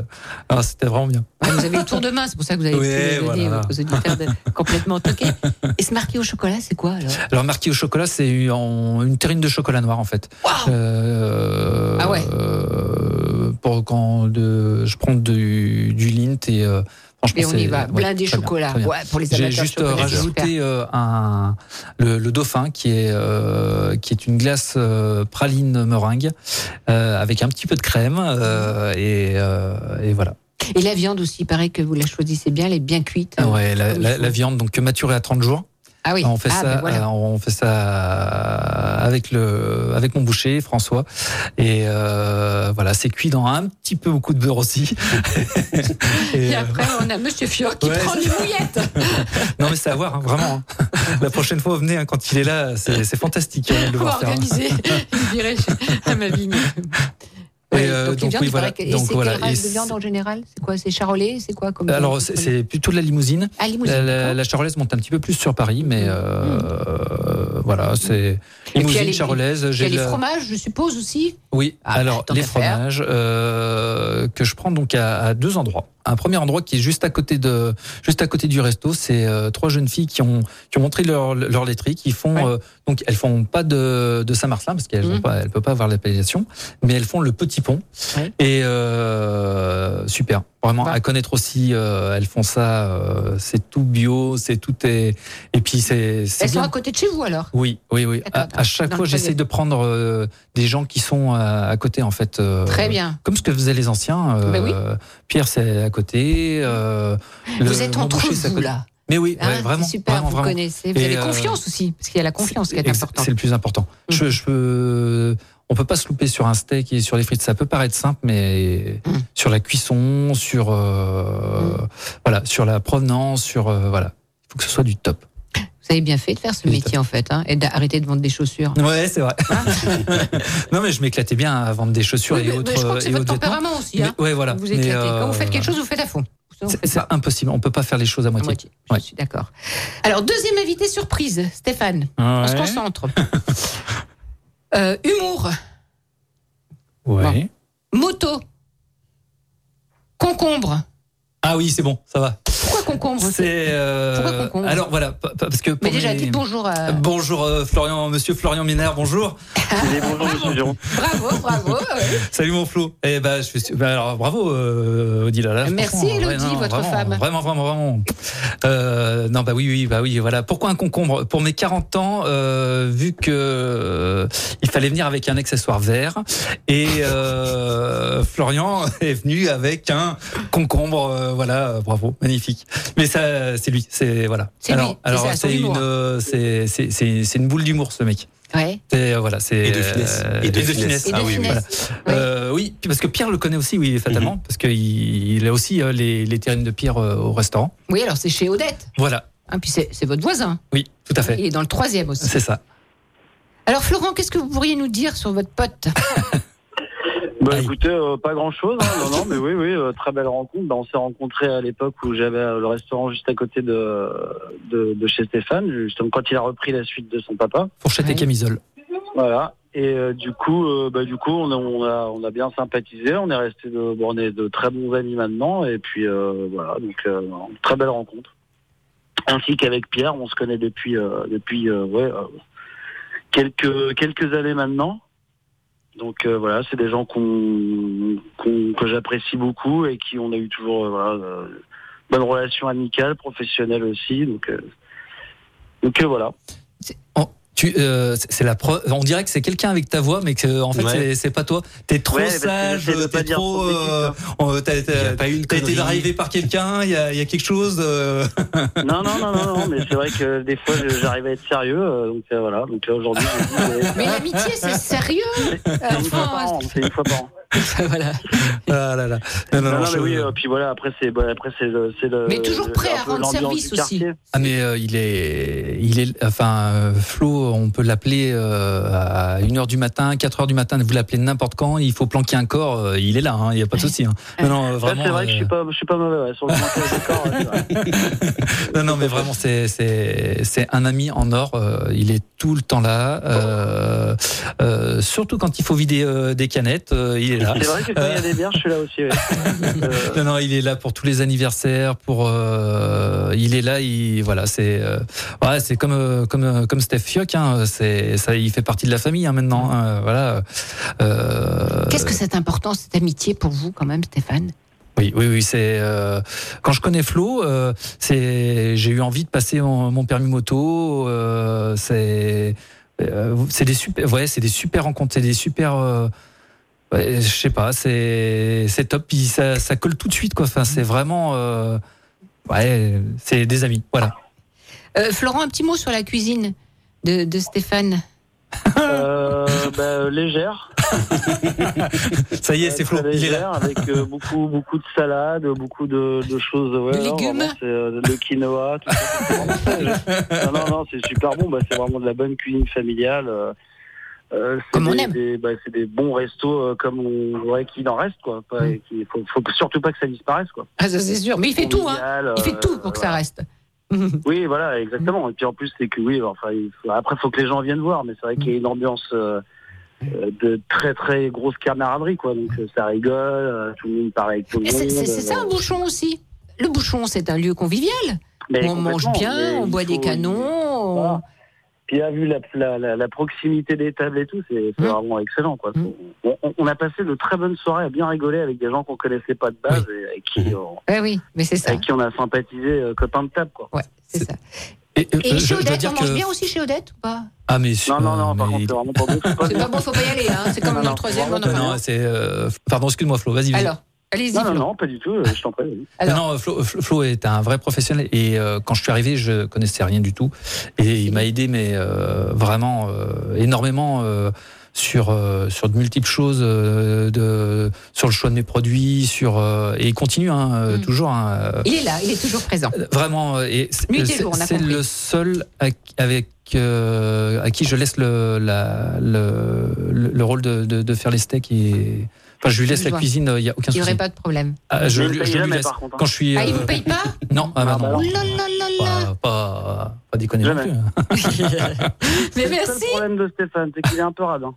Alors, c'était vraiment bien. Ah, vous avez le tour de main, c'est pour ça que vous avez Oui, pu donner voilà. aux auditeurs de- complètement toqués. Et ce marqué au chocolat, c'est quoi alors Alors marqué au chocolat, c'est une, en- une terrine de chocolat noir en fait. Euh, Ah ouais. euh, pour quand de- je prends du, du lint et euh, franchement Et on y c'est- va, ouais, blindé très bien, chocolat. très bien. Ouais, pour les J'ai amateurs de juste euh, chocolat, c'est rajouté euh, un le, le dauphin qui est euh, qui est une glace euh, praline meringue euh, avec un petit peu de crème euh, et, euh, et voilà. Et la viande aussi, il paraît que vous la choisissez bien, elle est bien cuite. Ah ouais, la, Comme il la- faut. la viande donc maturée à 30 jours. Ah oui, On fait Ah, ça, ben voilà. euh, on fait ça avec le, avec mon boucher François. Et euh, voilà, c'est cuit dans un petit peu beaucoup de beurre aussi. Et, Et euh, après, on a Monsieur Fior qui Ouais, prend c'est les mouillettes. non mais c'est à voir, hein, vraiment. hein. La prochaine fois, venez hein, quand il est là, c'est c'est fantastique hein, de le On va voir faire. hein. organiser une virée à ma vigne. Et, Ouais, euh, donc, les donc, viandes, oui, il voilà. paraît que- et Donc, c'est voilà. quelle Et race de c'est- viande en général C'est quoi C'est charolais C'est quoi comme Alors viande c'est- c'est plutôt de la limousine. Ah, limousine, La, la- d'accord. Mm. la charolaise monte un petit peu plus sur Paris, mais euh, voilà, c'est Et puis, il y a limousine les- charolaise. Il y j'ai a les de la- fromages, je suppose aussi. Oui, alors Ah, bah, tant les qu'à faire. fromages euh, que je prends donc à, à deux endroits. Un premier endroit qui est juste à côté de juste à côté du resto, c'est euh, trois jeunes filles qui ont qui ont montré leur leur laiterie, qui font euh, donc elles font pas de, de Saint-Martin parce qu'elles Mhm. ont pas elles peuvent pas avoir l'appellation, mais elles font le petit pont et euh, super vraiment à connaître aussi. euh, elles font ça, euh, c'est tout bio, c'est tout est et puis c'est c'est Elles sont bien. à côté de chez vous alors Oui, oui, oui. À, à chaque dans fois, le j'essaie panier. de prendre euh, des gens qui sont à, à côté, en fait. euh, Très bien. Comme ce que faisaient les anciens. euh, Ben oui. Pierre, c'est à côté. euh, Vous le- êtes mon entre boucher, c'est à vous, côté. là. Mais oui, Hein, ouais, c'est vraiment. Super, vraiment, vous vraiment. connaissez. Vous Et, avez euh, confiance aussi, parce qu'il y a la confiance qui est Exa- importante. Mm. C'est le plus important. Je, je peux, on peut pas se louper sur un steak et sur les frites. Ça peut paraître simple, mais Mm. sur la cuisson, sur euh, voilà, sur la provenance, sur euh, voilà, il faut que ce soit du top. Vous avez bien fait de faire ce métier en fait, hein, et d'arrêter de vendre des chaussures. Ouais, c'est vrai. non, mais je m'éclatais bien à vendre des chaussures Ah. Oui, et mais- mais autres. euh, je crois que c'est et votre autres vêtements. tempérament aussi. Mais- hein. ouais, voilà. Vous Mais, éclatez. euh, Quand vous faites quelque chose, vous faites à fond. on fait C'est pas. impossible. On peut pas faire les choses à moitié. Je suis d'accord. Alors, deuxième invité surprise, Stéphane. On se Ouais. concentre. Euh, humour, Ouais. moto, concombre. Ah oui, c'est bon, ça va. Pourquoi concombre C'est euh, Pourquoi concombre alors voilà pa- pa- parce que pour Mais déjà, mes- dites bonjour à. Bonjour euh, Florian, Monsieur Florian Minard, bonjour. Bravo, bravo. euh, ouais. Salut mon Flo. Eh ben, je suis. su- ben alors bravo euh, Odile. là, Merci, franchement, Elodie, ouais, non, votre vraiment, femme. Vraiment, vraiment, vraiment. Euh, non bah oui, oui, bah oui. Voilà. Pourquoi un concombre Pour mes 40 ans, euh, vu que euh, il fallait venir avec un accessoire vert, et euh, Florian est venu avec un concombre. euh, voilà, euh, bravo, magnifique. Mais ça, c'est lui. C'est voilà. C'est alors, lui, c'est alors ça, son c'est humour. une, euh, c'est c'est c'est c'est une boule d'humour ce mec. Ouais. C'est euh, voilà, c'est Et de finesse. euh, Et de et de finesse. finesse. Et de Ah oui, oui, voilà. finesse. Euh, oui, puis parce que Pierre le connaît aussi, oui, fatalement, Mhm. parce qu'il il a aussi euh, les, les terrines de Pierre euh, au restaurant. Oui, alors c'est chez Odette. Voilà, Hein, puis c'est c'est votre voisin. oui, tout à fait. Il est dans le troisième aussi. C'est ça. Alors, Florent, qu'est-ce que vous pourriez nous dire sur votre pote Bah Aïe. écoutez, euh, pas grand chose, non, non, mais oui, oui, euh, très belle rencontre. Bah, on s'est rencontrés à l'époque où j'avais euh, le restaurant juste à côté de, de, de chez Stéphane, justement quand il a repris la suite de son papa. Fourchette et Ouais. camisole. Voilà. Et euh, du coup, euh, bah, du coup, on a, on a, on a bien sympathisé, on est resté de, bon, on est de très bons amis maintenant, et puis euh, voilà, donc euh, très belle rencontre. Ainsi qu'avec Pierre, on se connaît depuis euh, depuis euh, ouais, euh, quelques quelques années maintenant. Donc euh, voilà, c'est des gens qu'on qu'on- que j'apprécie beaucoup et qui on a eu toujours euh, voilà, euh, bonne relation amicale, professionnelle aussi. Donc euh, donc euh, voilà. Oh, tu, euh, c'est- c'est la preuve. On dirait que c'est quelqu'un avec ta voix, mais que en fait Ouais. c'est- c'est pas toi. T'es trop Ouais, parce que sage, j'essaie de t'es pas dire trop. trop de bêtises, hein. euh, on- T'as Il y t'as- a pas eu une t'as été connerie. drivé par quelqu'un. Il y a, il y a quelque chose. euh, Non, non, non, non, non, mais c'est vrai que des fois je- j'arrive à être sérieux, euh, donc euh, voilà. Donc là aujourd'hui, j'ai dit, euh, Mais l'amitié, c'est sérieux. c'est euh, une fois par an, c'est une fois par an. voilà. ah là là. Non, non, Non, non, non, je- mais oui, euh, puis voilà, après c'est bah, après c'est le, c'est le- Mais toujours le- prêt un à peu rendre l'ambiance service du aussi. quartier. Ah mais euh, il est, il est, enfin euh, Flo, on peut l'appeler euh, à 1h du matin, 4h du matin, vous l'appelez n'importe quand, il faut planquer un corps, euh, il est là, hein, il n'y a pas de souci. hein. Non, non, euh, Ouais, vraiment. c'est vrai que je euh, suis pas, je suis pas mauvais ouais, sur le montage du corps. ouais, c'est vrai. non, non, mais vraiment, c'est, c'est, c'est un ami en or. euh, il est tout le temps là. euh, euh, surtout quand il faut vider euh, des canettes, euh, il est là. C'est vrai que quand il y a des bières, je suis là aussi. ouais. Euh, Non, non, il est là pour tous les anniversaires, pour euh, il est là, il voilà, c'est euh, ouais, c'est comme euh, comme euh, comme Steph Fioc, hein, c'est ça, il fait partie de la famille hein, maintenant, hein, voilà. euh, Qu'est-ce que c'est important, cette amitié pour vous, quand même, Stéphane oui, oui, oui, c'est euh, quand je connais Flo, euh, c'est j'ai eu envie de passer mon, mon permis moto, euh, c'est euh, c'est des super, ouais, c'est des super rencontres, c'est des super. euh, ouais, je sais pas, c'est c'est top, puis ça, ça colle tout de suite quoi. Enfin, c'est vraiment euh, ouais, c'est des amis, voilà. Euh, Florent, un petit mot sur la cuisine de, de Stéphane. euh, bah, légère. Ça y est, c'est Euh, Flo, très il est là. légère, Avec euh, beaucoup, beaucoup de salades, beaucoup de, de choses. Ouais, De non, légumes. vraiment, c'est, euh, le quinoa, tout ça. c'est vraiment ça. non, non, non, c'est super bon. Bah, c'est vraiment de la bonne cuisine familiale. euh, euh, c'est Comme on des- aime. des- bah, c'est des bons restos euh, comme on, ouais, qu'il en reste quoi. Pas- et qu'il faut, faut surtout pas que ça disparaisse quoi. euh, Ah, ça, c'est sûr. Mais Mm. il fait tout, hein. Il fait tout pour que ça reste. Oui, voilà, exactement. Et puis en plus, c'est que oui, enfin, il faut- après, faut que les gens viennent voir, mais c'est vrai qu'il y a une ambiance euh, euh, de très très grosse camaraderie, quoi. Donc euh, ça rigole, euh, tout le monde parle avec tout le Et monde. C'est c'est- c'est ça, un euh, bouchon aussi. Le bouchon, c'est un lieu convivial. mais on mange complètement, mais bien, on il boit des faut- canons. on- Voilà. Puis là, vu la, la, la- la proximité des tables et tout, c'est c'est Mm. vraiment excellent, quoi. Mm. On, on- on a passé de très bonnes soirées à bien rigoler avec des gens qu'on connaissait pas de base et avec qui, on, Ouais, oui, mais c'est Mmh. ça. avec qui on a sympathisé euh, copain de table, quoi. Ouais, c'est ça. Et, euh, Et je- chez je dois Odette, dire on mange que bien aussi chez Odette ou pas ah mais Non, non, non, par mais- contre, c'est vraiment pas bon. C'est pas C'est bien. pas bon, faut pas y aller. Hein. C'est comme Non, dans le non, troisième. vraiment, on en non, parle. non, c'est euh, pardon, excuse-moi Flo, vas-y. vas-y. Alors, allez-y. Non, non, Flo. non, pas du tout, euh, je t'en prie. vas-y. Alors. non, non, Flo, Flo- Flo est un vrai professionnel et euh, quand je suis arrivé, je connaissais rien du tout et il m'a aidé mais euh, vraiment euh, énormément euh, sur euh, sur de multiples choses euh, de sur le choix de mes produits, sur euh, et il continue hein, euh, Mm. toujours hein, euh, Il est là, il est toujours présent. vraiment euh, et c'est- Nuit et c'est jour, on a c'est compris. le seul à- avec euh, à qui je laisse le la, le, le- le rôle de, de, de faire les steaks et Enfin, je lui laisse la cuisine, il n'y a aucun Il n'y aurait souci. pas de problème. Ah, je, Il lui- paye je lui jamais, laisse par contre, hein. quand je suis. Ah, il euh, vous paye pas Non, ah, bah, non. Oh là là là là. Pas, pas, pas déconner non plus. hein. Mais C'est le seul problème de Stéphane, c'est qu'il est un peu hein. radin.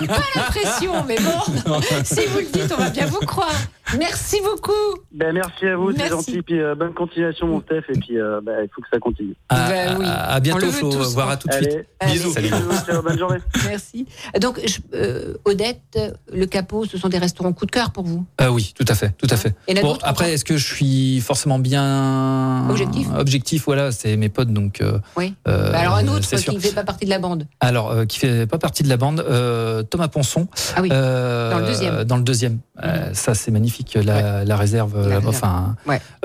J'ai pas l'impression, mais bon, si vous le dites, on va bien vous croire. Merci beaucoup. Ben, merci à vous, c'est Merci. gentil. Puis euh, bonne continuation, mon Steph. Et puis euh, ben, il faut que ça continue. À, Ah, Ben à- à bientôt, Flo. Au hein. revoir, à tout de suite. Allez, Bisous. bisous, ciao, bonne journée. Merci. Donc, je- euh, Odette, euh, Le Capot, ce sont des restaurants coup de cœur pour vous. Euh, oui, tout à fait, tout à fait. Il y en a Bon, d'autres après, est-ce que je suis forcément bien Objectif Objectif, voilà, c'est mes potes, donc. euh, Oui. euh, Bah alors, un autre c'est qui sûr. ne fait pas partie de la bande. Alors, euh, qui fait pas partie de la bande, euh, Thomas Ponson. euh, Ah Dans le deuxième. Mhm. dans le deuxième. Euh, ça, c'est magnifique, la, la réserve. euh, réserve. Enfin,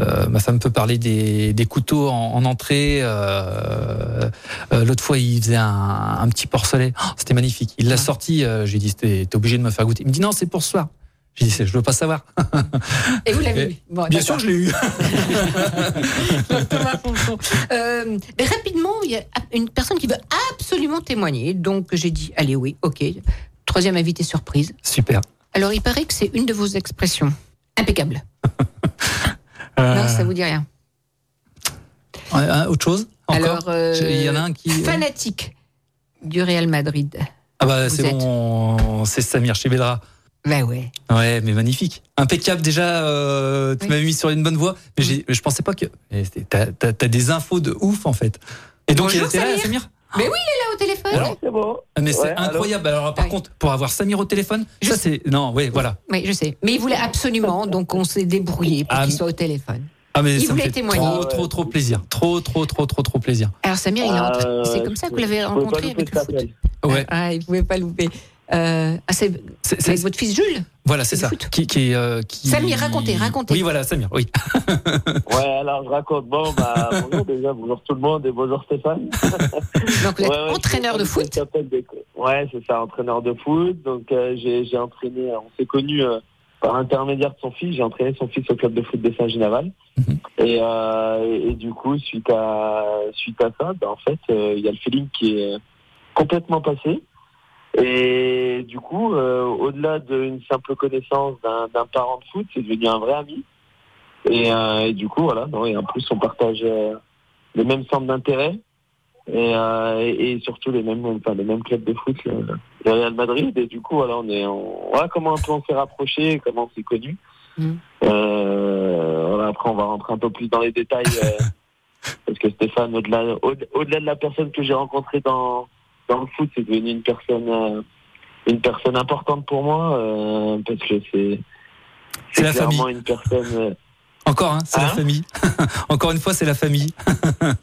euh, ma femme peut parler des, des couteaux en, en entrée. euh, euh, L'autre fois, il faisait un, un petit porcelet. Oh, C'était magnifique. Il l'a sorti. euh, je lui ai dit, t'es t'es obligé de me faire goûter. Il me dit, non, c'est pour ce soir. J'ai dit, C'est- je veux pas savoir. Et vous l'avez Et- eu. Bon, Bien d'accord. sûr, je l'ai eu. Euh, mais rapidement, il y a une personne qui veut absolument témoigner. Donc, j'ai dit, allez, oui, ok. Troisième invité surprise. Super. Alors, il paraît que c'est une de vos expressions. Impeccable. Non, ça vous dit rien. Euh, autre chose Encore Alors, euh, Il y en a un qui. Fanatique du Real Madrid. Ah bah vous c'est êtes- bon, c'est Samir Chebedra. Bah ouais. Ouais, mais magnifique. Impeccable déjà, euh, tu m'avais mis sur une bonne voie. Mais j'ai- je pensais pas que. mais c'était- T'as t'as- t'as des infos de ouf en fait. Et donc il Bonjour, était là, Samir. Samir Mais oui, il est là au téléphone. c'est bon. Ah, Mais c'est incroyable. Alors par contre, pour avoir Samir au téléphone, ça c'est. Non, ouais, voilà. Oui, je sais. Mais il voulait absolument, donc on s'est débrouillé pour Ah, qu'il soit au téléphone. Ah mais Il ça me voulait fait témoigner. trop, trop, trop plaisir. Trop, trop, trop, trop, trop plaisir. Alors Samir, il est rentré. Euh, Euh, c'est comme ça que vous l'avez rencontré avec le foot. Ouais. Ah, il pouvait pas louper. Euh, ah, c'est C'est- avec c'est- votre fils Jules Voilà, c'est ça. Qui, qui, euh, qui- Samir, racontez, racontez. Oui, voilà, Samir. Oui. Ouais, alors je raconte. Bon, bah, bonjour déjà, bonjour tout le monde et bonjour Stéphane. Donc, vous êtes entraîneur de foot Ouais, c'est ça, entraîneur de foot. Donc, euh, j'ai j'ai entraîné, on s'est connus euh, par intermédiaire de son fils. J'ai entraîné son fils au club de foot de Saint-Génaval. Mhm. Et, euh, et, et du coup, suite à, suite à ça, bah, en fait, euh, il y a le feeling qui est complètement passé. Et du coup, euh, au-delà d'une simple connaissance d'un d'un parent de foot, c'est devenu un vrai ami. Et, euh, et du coup, voilà, non, et en plus, on partage euh, les mêmes centres d'intérêt et, euh, et, et surtout les mêmes, enfin, les mêmes clubs de foot, le, le Real Madrid. Et du coup, voilà, on est, on, voilà comment un peu on s'est rapproché, comment on s'est connu. Mm. Euh, voilà, après, on va rentrer un peu plus dans les détails euh, parce que Stéphane, au-delà, au- au-delà de la personne que j'ai rencontrée dans dans le foot, c'est devenu une personne, euh, une personne importante pour moi euh, parce que c'est C'est la clairement une personne. euh, Encore, hein, c'est la Hein famille. Encore une fois, c'est la famille.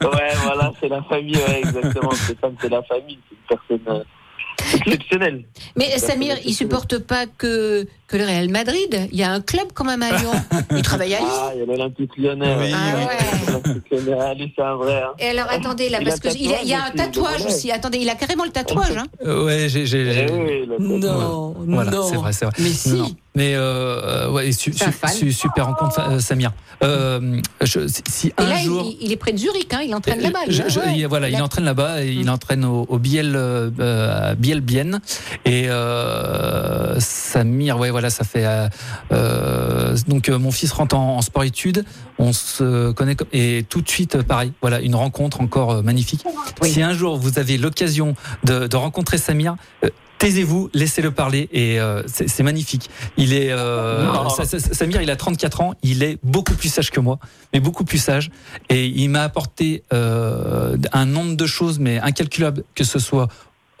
Ouais, voilà, c'est la famille, ouais, exactement. Stéphane, c'est la famille, c'est une personne euh, exceptionnelle. Mais Une Samir, personne il supporte pas que, que le Real Madrid. Il y a un club quand même à Lyon. Il travaille à Lyon. Ah, il y a l'Olympique Lyonnais. ouais. Ah, Ah L'Olympique Lyonnais, ah, lui, c'est un vrai. hein. Et alors attendez là, Il a parce qu'il a, il y a un tatouage, c'est une tatouage blague. aussi. Attendez, il a carrément le tatouage. Hein. Euh, Ouais, j'ai. j'ai- Eh j'ai- Non, Ouais. Voilà, non. c'est vrai, c'est vrai. Mais si. Non, non. Mais euh, ouais, su- C'est un su- fan. su- super rencontre, euh, Samir. Euh, je- si- si Et un là, jour. il, il est près de Zurich. Hein, il entraîne là-bas. lui, Euh, Je- hein, je- ouais. Mm. il- voilà, il entraîne là-bas, et il entraîne au, au Biel, euh, euh, à Biel Bienne. Et euh, Samir, ouais, voilà, ça fait. euh, euh, donc euh, mon fils rentre en, en sport-études, on se connaît comme- et tout de suite, euh, pareil, voilà, une rencontre encore euh, magnifique. Si un jour vous avez l'occasion de, de rencontrer Samir. euh, Taisez-vous, laissez-le parler et euh, c'est c'est magnifique. Il est euh, Oh. ça- ça- ça- Samir, il a 34 ans, il est beaucoup plus sage que moi, mais beaucoup plus sage. Et il m'a apporté euh, un nombre de choses, mais incalculable, que ce soit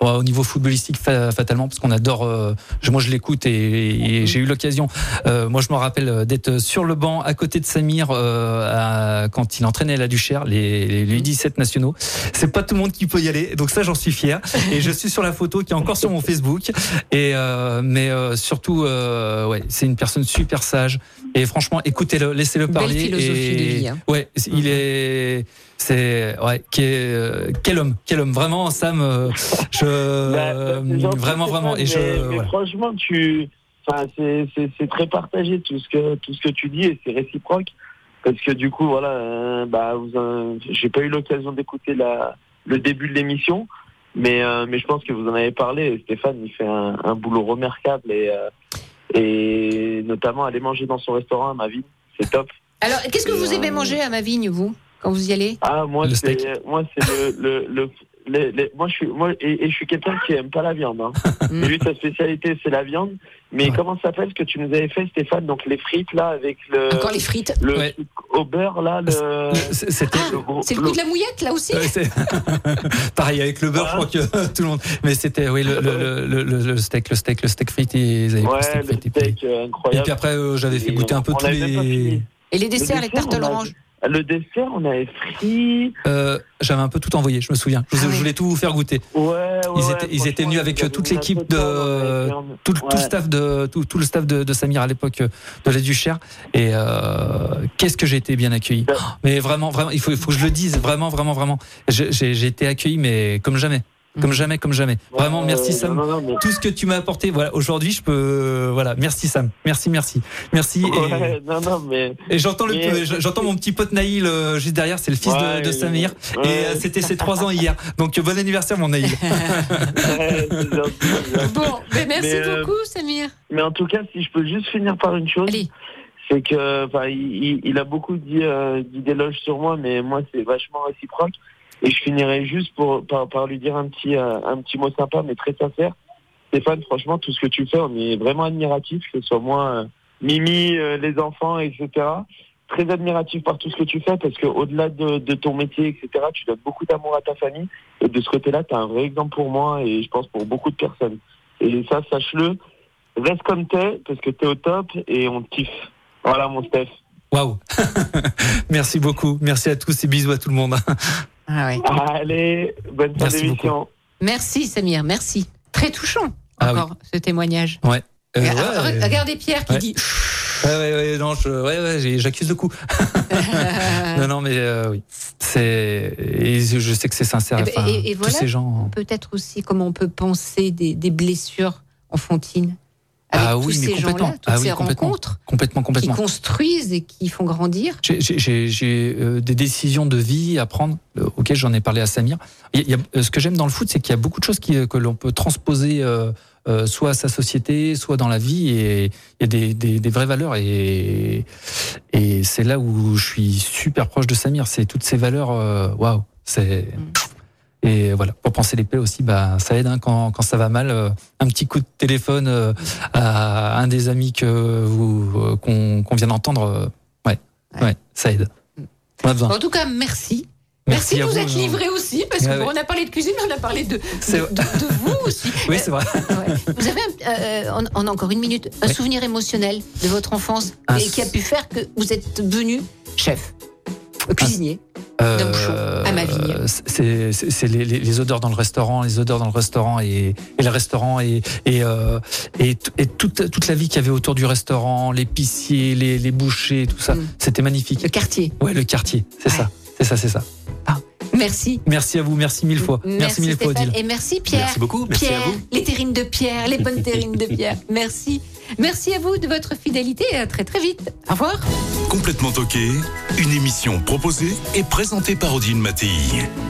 euh, au niveau footballistique fa- fatalement, parce qu'on adore. euh, je- moi, je l'écoute et, et j'ai eu l'occasion. euh, moi, je m'en rappelle euh, d'être sur le banc à côté de Samir euh, à- quand il entraînait la Duchère, les, les 17 nationaux. C'est pas tout le monde qui peut y aller, donc ça, j'en suis fier. Et je suis sur la photo qui est encore sur mon Facebook. Et euh, mais euh, surtout, euh, ouais, c'est une personne super sage. Et franchement, écoutez-le, laissez-le parler. philosophie de et- vie, hein. Ouais, c'est- il est, c'est, ouais, qui est- euh, quel homme, quel homme, vraiment, Sam, euh, je, euh, Bah, Gentil, vraiment, Stéphane, vraiment, et je, mais- mais voilà. franchement, tu, enfin, c'est, c'est, c'est très partagé tout ce que tout ce que tu dis et c'est réciproque parce que du coup, voilà, euh, bah, vous, en- j'ai pas eu l'occasion d'écouter la le début de l'émission, mais euh, mais je pense que vous en avez parlé. et Stéphane, il fait un, un boulot remarquable et euh, Et notamment aller manger dans son restaurant à ma ville, c'est top. Alors, qu'est-ce que vous aimez manger à ma vigne, vous, quand vous y allez Ah, moi, Le c'est steak. moi, c'est le, le, le- les- les- moi, je suis, moi, et, et je suis quelqu'un qui aime pas la viande. Hein. Lui, sa spécialité, c'est la viande. Mais comment ça s'appelle ce que tu nous avais fait, Stéphane Donc, les frites, là, avec le. Encore les frites Le truc au beurre, là, le. C'était le gros. C'est le coup de la mouillette, là Euh, aussi Ouais, c'est- Pareil avec le beurre, je crois que tout le monde. Mais c'était oui le, le, le, le- le steak, le steak, le steak frites. Ils avaient pris Ouais, le steak le frites. et puis- steak euh, incroyable. Et puis après, euh, j'avais fait Et goûter un peu on tous avait même pas les. Et les desserts, les tartes à on a- l'orange Le dessert, on avait frit. Euh, j'avais un peu tout envoyé, je me souviens. Je, vous- je voulais tout vous faire goûter. ils étaient, ils étaient venus avec euh, toute l'équipe de tout, le- tout le staff de tout, tout le staff de, de Samir à l'époque euh, de la Duchère. Et euh, qu'est-ce que j'ai été bien accueilli. Oh, Mais vraiment, vraiment, il faut, il faut que je le dise. Vraiment, vraiment, vraiment. J'ai- J'ai j'ai été accueilli, mais comme jamais. Comme jamais, comme jamais. Vraiment, merci Sam. Tout ce que tu m'as apporté, voilà. Aujourd'hui, je peux, voilà. Merci Sam. Merci, merci, merci. et- Ouais, non, non, mais. et j'entends le- mais- euh, j'entends mon petit pote Naïl euh, juste derrière, c'est le fils de- Ouais, de, il- Samir. ouais. Et euh, c'était ses trois ans hier. Donc euh, bon anniversaire mon Naïl. Bon, mais merci Mais, euh, beaucoup, Samir. Mais en tout cas, si je peux juste finir par une chose, c'est que enfin, il, il- il a beaucoup dit, euh, dit d'éloges sur moi, mais moi c'est vachement réciproque. Et je finirai juste pour, par, par lui dire un petit, euh, un petit mot sympa, mais très sincère. Stéphane, franchement, tout ce que tu fais, on est vraiment admiratif, que ce soit moi, euh, Mimi, euh, les enfants, etc. Très admiratif par tout ce que tu fais, parce que au delà de, de ton métier, etc., tu donnes beaucoup d'amour à ta famille. Et de ce côté-là, tu as un vrai exemple pour moi et je pense pour beaucoup de personnes. Et ça, sache-le, reste comme t'es, parce que t'es au top et on te kiffe. Voilà mon Steph. Waouh. Merci beaucoup. Merci à tous et bisous à tout le monde. Ah ouais. Allez, bonne fin Merci beaucoup. d'émission. Merci, Samir, merci. Très touchant, Ah oui. encore, ce témoignage. Ouais. Euh, Regarde- ouais. re- Regardez Pierre qui Ouais. dit Ouais, ouais, ouais, non, je- ouais, ouais, j'ai- j'accuse le coup. non, non, mais euh, oui. C'est, et je je sais que c'est sincère. Eh ben, Enfin, et, et voilà tous ces gens. peut-être aussi comment on peut penser des, des blessures enfantines avec ah tous oui, mais ces complètement. gens-là, toutes ah oui, ces complètement. rencontres Complètement, qui complètement. construisent et qui font grandir. J'ai- J'ai j'ai- j'ai, euh, des décisions de vie à prendre, euh, auxquelles j'en ai parlé à Samir. Il y a- il y a- euh, ce que j'aime dans le foot, c'est qu'il y a beaucoup de choses qui, euh, que l'on peut transposer euh, euh, soit à sa société, soit dans la vie, et il y a des, des- des vraies valeurs. Et, et c'est là où je suis super proche de Samir. C'est toutes ces valeurs, euh, waouh, c'est. Mm. Et voilà, pour penser les plaies aussi, bah, ça aide hein, quand, quand ça va mal. euh, un petit coup de téléphone euh, à un des amis que vous- euh, qu'on qu'on vient d'entendre, euh, ouais, ouais, ça aide. On a besoin. En tout cas, merci. Mm. Merci, Merci à de vous, vous, être Jean. livré aussi, parce Ah qu'on ouais. a parlé de cuisine, mais on a parlé de, C'est de, vrai. de- de vous aussi. Oui, c'est vrai. Ah Vous avez, un- euh, on, on a encore une minute, un souvenir émotionnel de votre enfance Un et qui a pu faire que vous êtes devenu chef, cuisinier. Euh, à ma vigne. C'est c'est- c'est les, les- les odeurs dans le restaurant, les odeurs dans le restaurant et, et le restaurant et, et, euh, et, t- et toute, toute la vie qu'il y avait autour du restaurant, l'épicier, les, les bouchers, tout ça. Mm. C'était magnifique. Le quartier. Ouais, le quartier. C'est ça. C'est ça, c'est ça. Merci. Merci à vous. Merci mille fois. Merci, mille fois, Mm. Stéphane. Odile. Et merci Pierre. Merci beaucoup, merci à Pierre, vous. Les terrines de Pierre, les bonnes terrines de Pierre. Merci. Merci à vous de votre fidélité et à très très vite. Au revoir. Complètement toqué, une émission proposée et présentée par Odile Mattei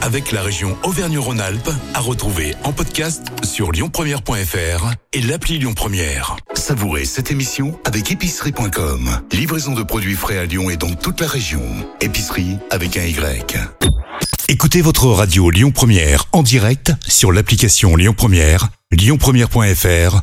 avec la région Auvergne-Rhône-Alpes à retrouver en podcast sur lyonpremière.fr et l'appli Lyon Première. Savourez cette émission avec épicerie.com. Livraison de produits frais à Lyon et dans toute la région. Épicerie avec un Y. Écoutez votre radio Lyon Première en direct sur l'application Lyon Première, lyonpremière.fr